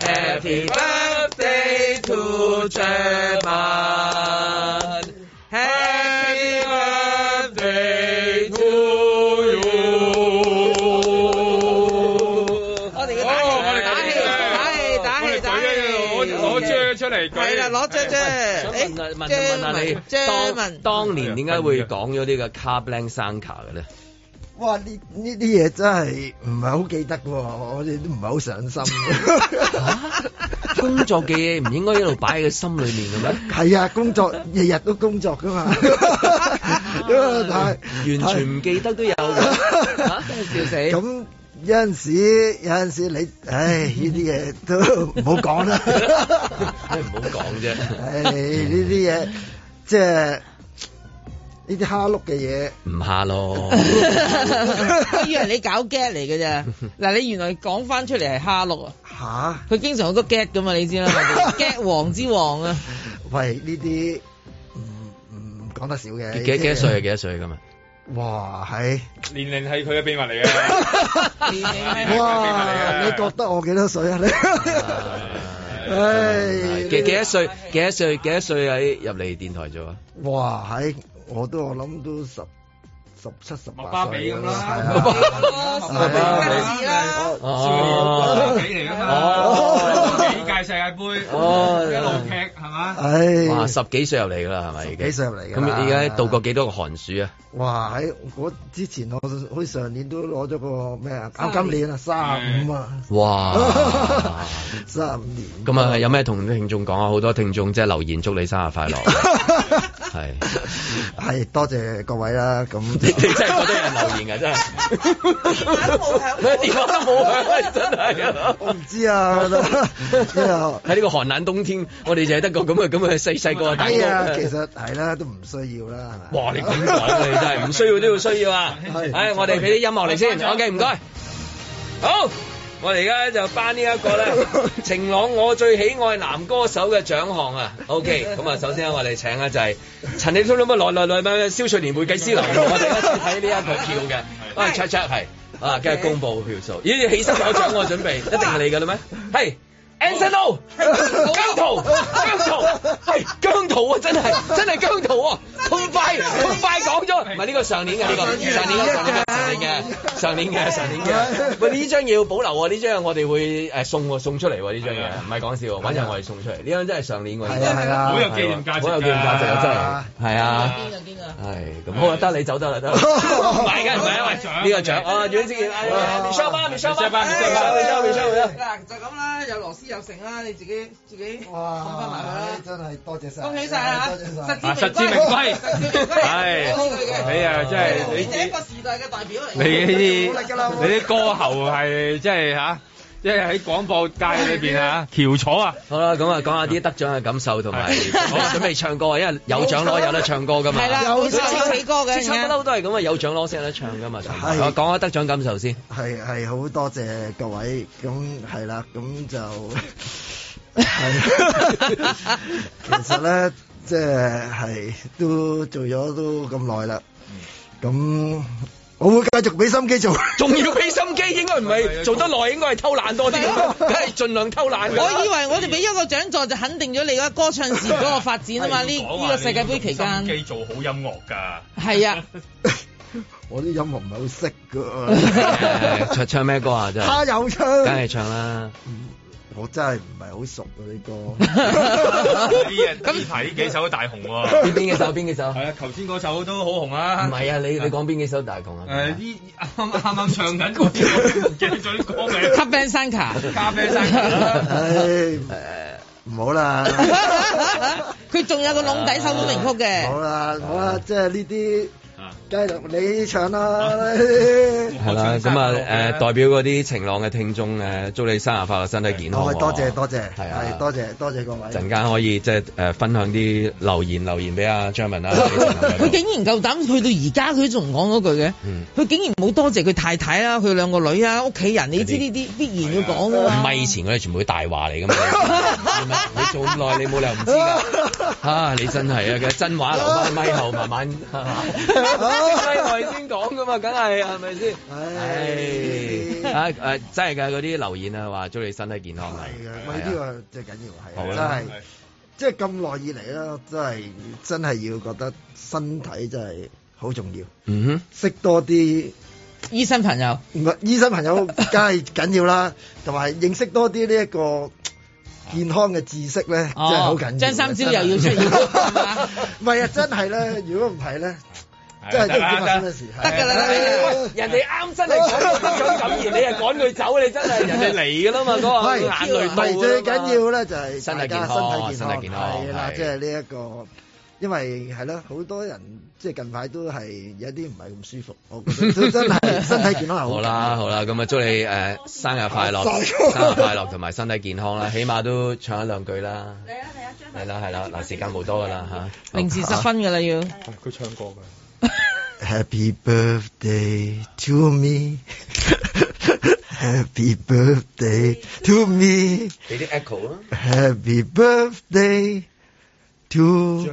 [SPEAKER 6] happy birthday to German, happy birthday to you。
[SPEAKER 4] 哦我哋嘅打氣，
[SPEAKER 3] 哦
[SPEAKER 4] 打氣，打氣，打氣，打氣。
[SPEAKER 3] 攞張出嚟舉，
[SPEAKER 4] 係啦，攞
[SPEAKER 2] 想
[SPEAKER 4] 張啫。
[SPEAKER 2] 問啊問啊問下你當
[SPEAKER 4] 張文，張文
[SPEAKER 2] 當年點解會講咗呢個 Car Blank Sanka 嘅咧？
[SPEAKER 12] 哇！呢呢啲嘢真係唔係好記得喎，我哋都唔係好上心嘅。
[SPEAKER 2] 工作嘅嘢唔應該一路擺喺個心裏面嘅咩？
[SPEAKER 12] 係啊，工作日日都工作噶嘛。咁啊，
[SPEAKER 2] 完全唔記得都有
[SPEAKER 12] 嘅，
[SPEAKER 2] 嚇笑死！
[SPEAKER 12] 咁有陣時，有陣時你，唉，呢啲嘢都唔好講啦。
[SPEAKER 2] 唔好講啫。
[SPEAKER 12] 啊唉，呢啲嘢即係呢啲蝦碌嘅嘢。
[SPEAKER 2] 唔蝦 咯，
[SPEAKER 4] 我 以為你搞 get 嚟嘅啫，嗱你原來講翻出嚟係蝦碌啊！
[SPEAKER 12] 吓，
[SPEAKER 4] 佢經常好多 get 噶嘛，你知啦我哋，get 王之王啊！
[SPEAKER 12] 喂，呢啲唔唔講得少嘅。
[SPEAKER 2] 幾幾多歲啊？
[SPEAKER 12] 嘅？
[SPEAKER 2] 幾多歲咁啊？
[SPEAKER 12] 哇，係。
[SPEAKER 3] 年齡係佢嘅秘密嚟 嘅。年齡
[SPEAKER 12] 哇！你覺得我幾多歲啊？你唉，
[SPEAKER 2] 幾幾多歲？幾多歲？幾多歲喺入嚟電台做啊？
[SPEAKER 12] 哇！喺我都我諗都十十七十 八
[SPEAKER 3] 巴
[SPEAKER 12] 歲
[SPEAKER 3] 比咁啦
[SPEAKER 12] 係
[SPEAKER 3] 麥巴比
[SPEAKER 12] 啊
[SPEAKER 3] 麥巴比
[SPEAKER 12] 係啊，
[SPEAKER 3] 少年嚟㗎
[SPEAKER 12] 哦
[SPEAKER 3] 嘛，幾屆世界盃，一路踢係嘛？
[SPEAKER 12] 唉
[SPEAKER 2] 哇！十幾歲入嚟㗎啦，係咪已經？
[SPEAKER 12] 十幾歲入嚟㗎
[SPEAKER 2] 咁
[SPEAKER 12] 啦
[SPEAKER 2] 而家度過幾多個寒暑啊？
[SPEAKER 12] 哇！喺我之前我好似上年都攞咗個咩啊？搞今年啊，三十五啊，
[SPEAKER 2] 哇！
[SPEAKER 12] 三十五年。
[SPEAKER 2] 咁啊，有咩同聽眾講啊？好多聽眾即係留言祝你生日快樂，係
[SPEAKER 12] 係多謝各位啦， 咁
[SPEAKER 2] 你你真係好多人留言㗎，真係咩電話都 冇響，真係。
[SPEAKER 12] 我唔知 啊，之後
[SPEAKER 2] 喺呢個寒冷冬天，我哋就係得個咁嘅咁嘅細細個嘅大
[SPEAKER 12] 哎呀，
[SPEAKER 2] 哥
[SPEAKER 12] 其。實係啦，都唔需要啦，係咪？
[SPEAKER 2] 哇！你咁講你真係唔需要都要需要啊！
[SPEAKER 12] 係
[SPEAKER 2] 唉，我哋俾啲音樂嚟先，OK，唔該。好，我哋而家就頒呢一個咧 晴朗我最喜愛男歌手嘅獎項啊！OK，咁 啊，首先咧我哋請咧就係陳李通咁啊，來來來咪蕭翠蓮會計師 樓，我哋一齊睇呢一個票嘅，啊 check check 係啊，跟住公佈票數。咦，起身攞獎我準 備，一定係你㗎啦咩？係。Anson Lo，姜濤，姜 濤，係姜濤啊！真係，真係姜濤啊！咁快，咁快講咗，唔係呢個上年嘅呢個，上年嘅上年嘅上年嘅上年嘅，喂呢張嘢要保留喎，呢張我哋會誒送喎送出嚟喎呢張嘢，唔啊係講笑，揾日我哋送出嚟，呢張真係上年喎，
[SPEAKER 12] 係啊係啊好有紀念價值㗎
[SPEAKER 2] 好有紀念價值啊，真係，係啊，係咁好啊，得你走得啦得啦，唔係嘅唔係因為呢個獎啊，袁子健，Michelle 巴 Michelle 巴 Michelle 巴 Michelle Michelle
[SPEAKER 4] 嗱就咁啦，有螺絲有剩啦，你自己自己放翻埋佢
[SPEAKER 12] 哇
[SPEAKER 4] 啦！
[SPEAKER 12] 真係多謝晒，
[SPEAKER 4] 恭喜晒啊
[SPEAKER 12] 多謝晒
[SPEAKER 4] 實
[SPEAKER 3] 實至名
[SPEAKER 2] 啊
[SPEAKER 3] 歸，係你啊，真係
[SPEAKER 4] 你
[SPEAKER 3] 你
[SPEAKER 4] 一個時代嘅代表嚟。
[SPEAKER 3] 你呢啲
[SPEAKER 4] 好力㗎啦
[SPEAKER 3] 你啲歌喉係即係嚇即係喺廣播界裏邊啊，
[SPEAKER 2] 喬楚啊！好啦，咁啊，講下啲得獎嘅感受同埋準備唱歌啊，因為有獎攞有得唱歌噶嘛。
[SPEAKER 4] 係啦有唱起歌嘅
[SPEAKER 2] 即係不嬲都係咁啊，有獎攞先有得唱噶嘛。
[SPEAKER 12] 係
[SPEAKER 2] 我啊講下得獎感受先。
[SPEAKER 12] 係係好多謝各位，咁係啦，咁 就係其實咧，即係係都做咗都咁耐啦，咁我會繼續俾心機做，
[SPEAKER 13] 仲要俾心機，應該唔
[SPEAKER 12] 啊
[SPEAKER 13] 係做得耐，應該係偷懶多啲，梗係盡量偷懶㗎啦。
[SPEAKER 4] 我以為我哋俾咗個獎座就肯定咗你嗰歌唱事業嗰個發展啊嘛！呢呢個世界盃期間
[SPEAKER 15] 機做好音樂 㗎。
[SPEAKER 4] 係啊，
[SPEAKER 12] 我啲音樂唔係好識
[SPEAKER 2] 誒
[SPEAKER 12] 噶。
[SPEAKER 2] 唱唱咩歌啊？真
[SPEAKER 12] 他
[SPEAKER 2] 係，
[SPEAKER 12] 有唱，
[SPEAKER 2] 梗係唱啦。
[SPEAKER 12] 嗯我真係唔係好熟啊嗰啲歌。
[SPEAKER 15] 呢咁排呢幾首都大紅 喎。
[SPEAKER 2] 邊邊幾 首？邊幾首？係
[SPEAKER 3] 啊，頭先嗰首都好紅啊。
[SPEAKER 2] 唔係啊，你你講邊幾首大紅
[SPEAKER 3] 誒
[SPEAKER 2] 啊？
[SPEAKER 3] 呢
[SPEAKER 13] 嗯
[SPEAKER 3] 啱啱啱唱緊嗰啲，唔記得咗啲歌名。
[SPEAKER 4] 卡 b a n Sanka，
[SPEAKER 3] 咖啡生
[SPEAKER 12] 唉，唔好啦。
[SPEAKER 4] 佢仲有個籠底首本名曲嘅。
[SPEAKER 12] 好啦，好啦，即係呢啲，梗係你唱啦。
[SPEAKER 2] 係啦，咁啊誒，代表嗰啲晴朗嘅聽眾誒，祝你生日快樂，身體健康
[SPEAKER 12] 我
[SPEAKER 2] 喎。
[SPEAKER 12] 多謝多謝，
[SPEAKER 2] 係啊
[SPEAKER 12] 係多謝多謝各位。
[SPEAKER 2] 陣間可以即係誒分享啲留言留言俾阿張文啦。
[SPEAKER 4] 佢竟然夠膽去到而家，佢仲講嗰句嘅。
[SPEAKER 2] 嗯
[SPEAKER 4] 佢竟然冇多謝佢太太啦，佢兩個女啊，屋企人，你知呢啲必然要
[SPEAKER 3] 啊
[SPEAKER 4] 講㗎
[SPEAKER 2] 唔
[SPEAKER 4] 嘛。
[SPEAKER 2] 係以前嗰啲全部都大話嚟㗎嘛，係咪你做咁耐你冇理由唔知㗎。啊，你真係啊，嘅真話留翻咪後慢慢。咪外先講㗎嘛，梗係係咪先？唉，啊誒，真係㗎嗰啲留言啊，話祝你身體健康啊。
[SPEAKER 12] 喂，呢個最緊要
[SPEAKER 2] 好
[SPEAKER 12] 係，真
[SPEAKER 2] 啦
[SPEAKER 12] 係即係咁耐以嚟啦，真係真係要覺得身體真係好重要。
[SPEAKER 2] 嗯
[SPEAKER 12] 識多啲
[SPEAKER 4] 醫生朋友，
[SPEAKER 12] 唔係醫生朋 友梗係緊要啦，同埋認識多啲呢一個健康嘅知識咧，真係好緊要嘅。
[SPEAKER 4] 張三招
[SPEAKER 12] 真係
[SPEAKER 4] 又要出現係
[SPEAKER 12] 唔係啊，真係咧，如果唔係咧，真係都唔知發生咩事。
[SPEAKER 2] 得㗎啦喂人哋啱真係講到得獎感言，你又趕佢走，啊你真 係人哋嚟㗎啦嘛，嗰個
[SPEAKER 12] 係
[SPEAKER 2] 眼淚到
[SPEAKER 12] 係
[SPEAKER 2] 㗎
[SPEAKER 12] 最
[SPEAKER 2] 啦嘛
[SPEAKER 12] 緊要咧就係
[SPEAKER 2] 身體
[SPEAKER 12] 大
[SPEAKER 2] 健
[SPEAKER 12] 家
[SPEAKER 2] 康，
[SPEAKER 12] 身
[SPEAKER 2] 身
[SPEAKER 12] 體
[SPEAKER 2] 體
[SPEAKER 12] 健
[SPEAKER 2] 健
[SPEAKER 12] 康
[SPEAKER 2] 康
[SPEAKER 12] 係啦，
[SPEAKER 2] 係
[SPEAKER 12] 即係呢一個。因為係啦，好多人即係近排都係有啲唔係咁舒服，我覺得都真 係身體健康係好
[SPEAKER 2] 好
[SPEAKER 12] 緊
[SPEAKER 2] 啦，好啦，咁啊，祝你誒、呃生日快樂，
[SPEAKER 12] 生日
[SPEAKER 2] 生日快樂同埋身體健康啦，起碼都唱一兩句啦。嚟啊啦，係啦，嗱，時間冇多㗎啦嚇。
[SPEAKER 4] 零時十分㗎啦要。
[SPEAKER 3] 哦佢唱過㗎。
[SPEAKER 12] Happy birthday to me. Happy birthday to me.
[SPEAKER 2] 俾啲 echo 啊
[SPEAKER 12] Happy birthday to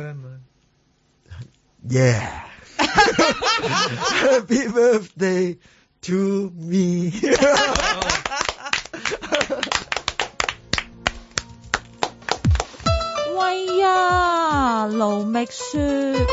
[SPEAKER 12] yeah. Happy birthday to me.
[SPEAKER 16] 喂
[SPEAKER 4] 哎
[SPEAKER 16] 呀，盧覓雪。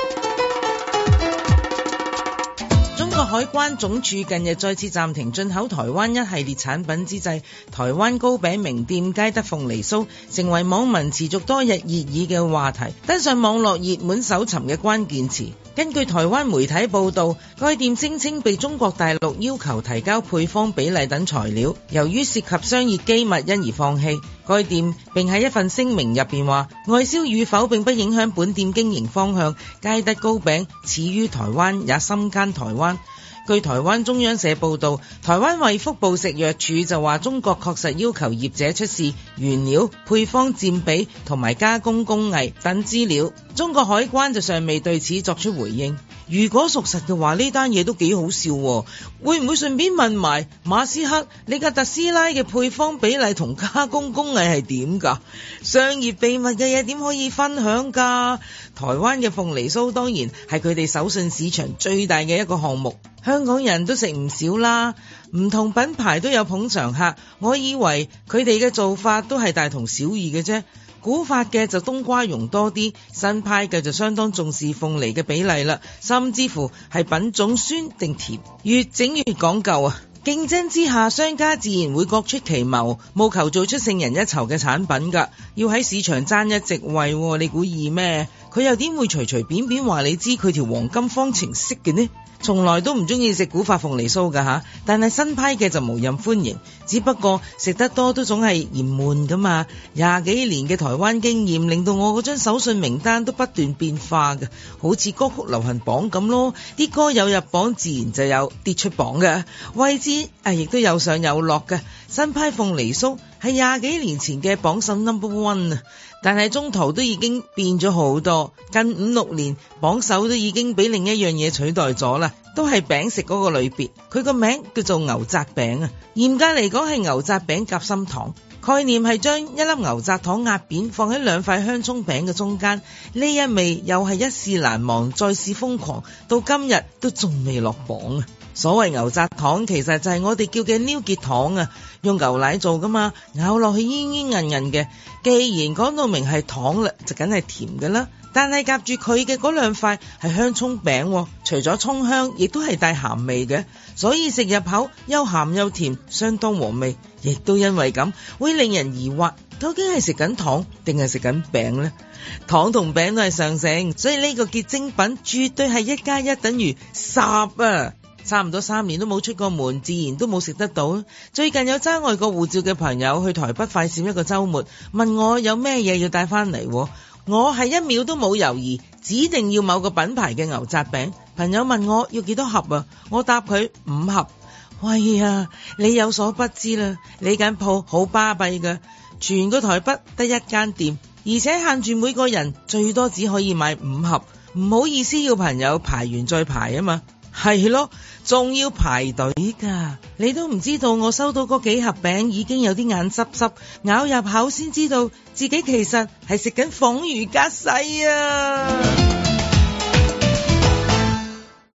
[SPEAKER 4] 中國海關總署近日再次暫停進口台灣一系列產品之際，台灣糕餅名店佳德鳳梨酥成為網民持續多日熱議嘅話題，登上網絡熱門搜尋嘅關鍵詞。根據台灣媒體報道，該店聲稱被中國大陸要求提交配方比例等材料，由於涉及商業機密，因而放棄。該店並喺一份聲明入邊話，外銷與否並不影響本店經營方向。佳德糕餅始於台灣，也深耕台灣。據台灣中央社報導，台灣衛福部食藥署就話，中國確實要求業者出示原料、配方佔比同埋加工工藝等資料。中國海關就尚未對此作出回應。如果屬實嘅話，呢單嘢都幾好笑喎。會唔會順便問埋馬斯克，你嘅特斯拉嘅配方比例同加工工藝係點㗎？商業秘密嘅嘢點可以分享㗎？台灣嘅鳳梨酥當然係佢哋手信市場最大嘅一個項目，香港人都食唔少啦。唔同品牌都有捧場客，我以為佢哋嘅做法都係大同小異嘅啫。古法嘅就冬瓜蓉多啲，新派嘅就相當重視鳳梨嘅比例啦，甚至乎係品種酸定甜，越整越講究啊！競爭之下，商家自然會各出奇謀，務求做出勝人一籌嘅產品㗎。要喺市場爭一席位喎，你估易咩？佢又點會隨隨便便話你知佢條黃金方程式嘅呢？從來都唔中意食古法鳳梨酥㗎吓，但係新派嘅就無任歡迎。只不過食得多都總係嫌悶㗎嘛。廿幾年嘅台灣經驗令到我嗰張手信名單都不斷變化嘅，好似歌曲流行榜咁咯。啲歌有入榜，自然就有跌出榜嘅位置，啊亦都有上有落嘅。新派鳳梨酥係廿幾年前嘅榜首 number one 啊！但係中途都已經變咗好多，近五六年榜首都已經俾另一樣嘢取代咗啦，都係餅食嗰個類別，佢個名叫做牛軋餅啊。嚴格嚟講係牛軋餅夾心糖，概念係將一粒牛軋糖壓扁，放喺兩塊香葱餅嘅中間，呢一味又係一試難忘，再試瘋狂，到今日都仲未落榜啊！所謂牛軋糖其實就係我哋叫嘅溜結糖啊，用牛奶做噶嘛，咬落去煙煙韌韌嘅。既然講到明係糖啦，就梗係甜嘅啦。但係夾住佢嘅嗰兩塊係香葱餅喎，除咗葱香，亦都係帶鹹味嘅，所以食入口又鹹又甜，相當和味。亦都因為咁，會令人疑惑，究竟係食緊糖定係食緊餅呢？糖同餅都係上乘，所以呢個結晶品絕對係一加一等於十啊！差唔多三年都冇出過門，自然都冇食得到。最近有揸外國護照嘅朋友去台北快閃一個週末，問我有咩嘢要帶翻嚟喎，我係一秒都冇猶豫，指定要某個品牌嘅牛雜餅。朋友問我要幾多盒啊，我答佢五盒。喂呀，你有所不知啦，你間鋪好巴閉㗎，全個台北得一間店，而且限住每個人最多只可以買五盒，唔好意思要朋友排完再排啊嘛。係咯，仲要排隊㗎。你都唔知道，我收到嗰幾盒餅已經有啲眼濕濕，咬入口先知道自己其實係食緊鳳魚夾細啊！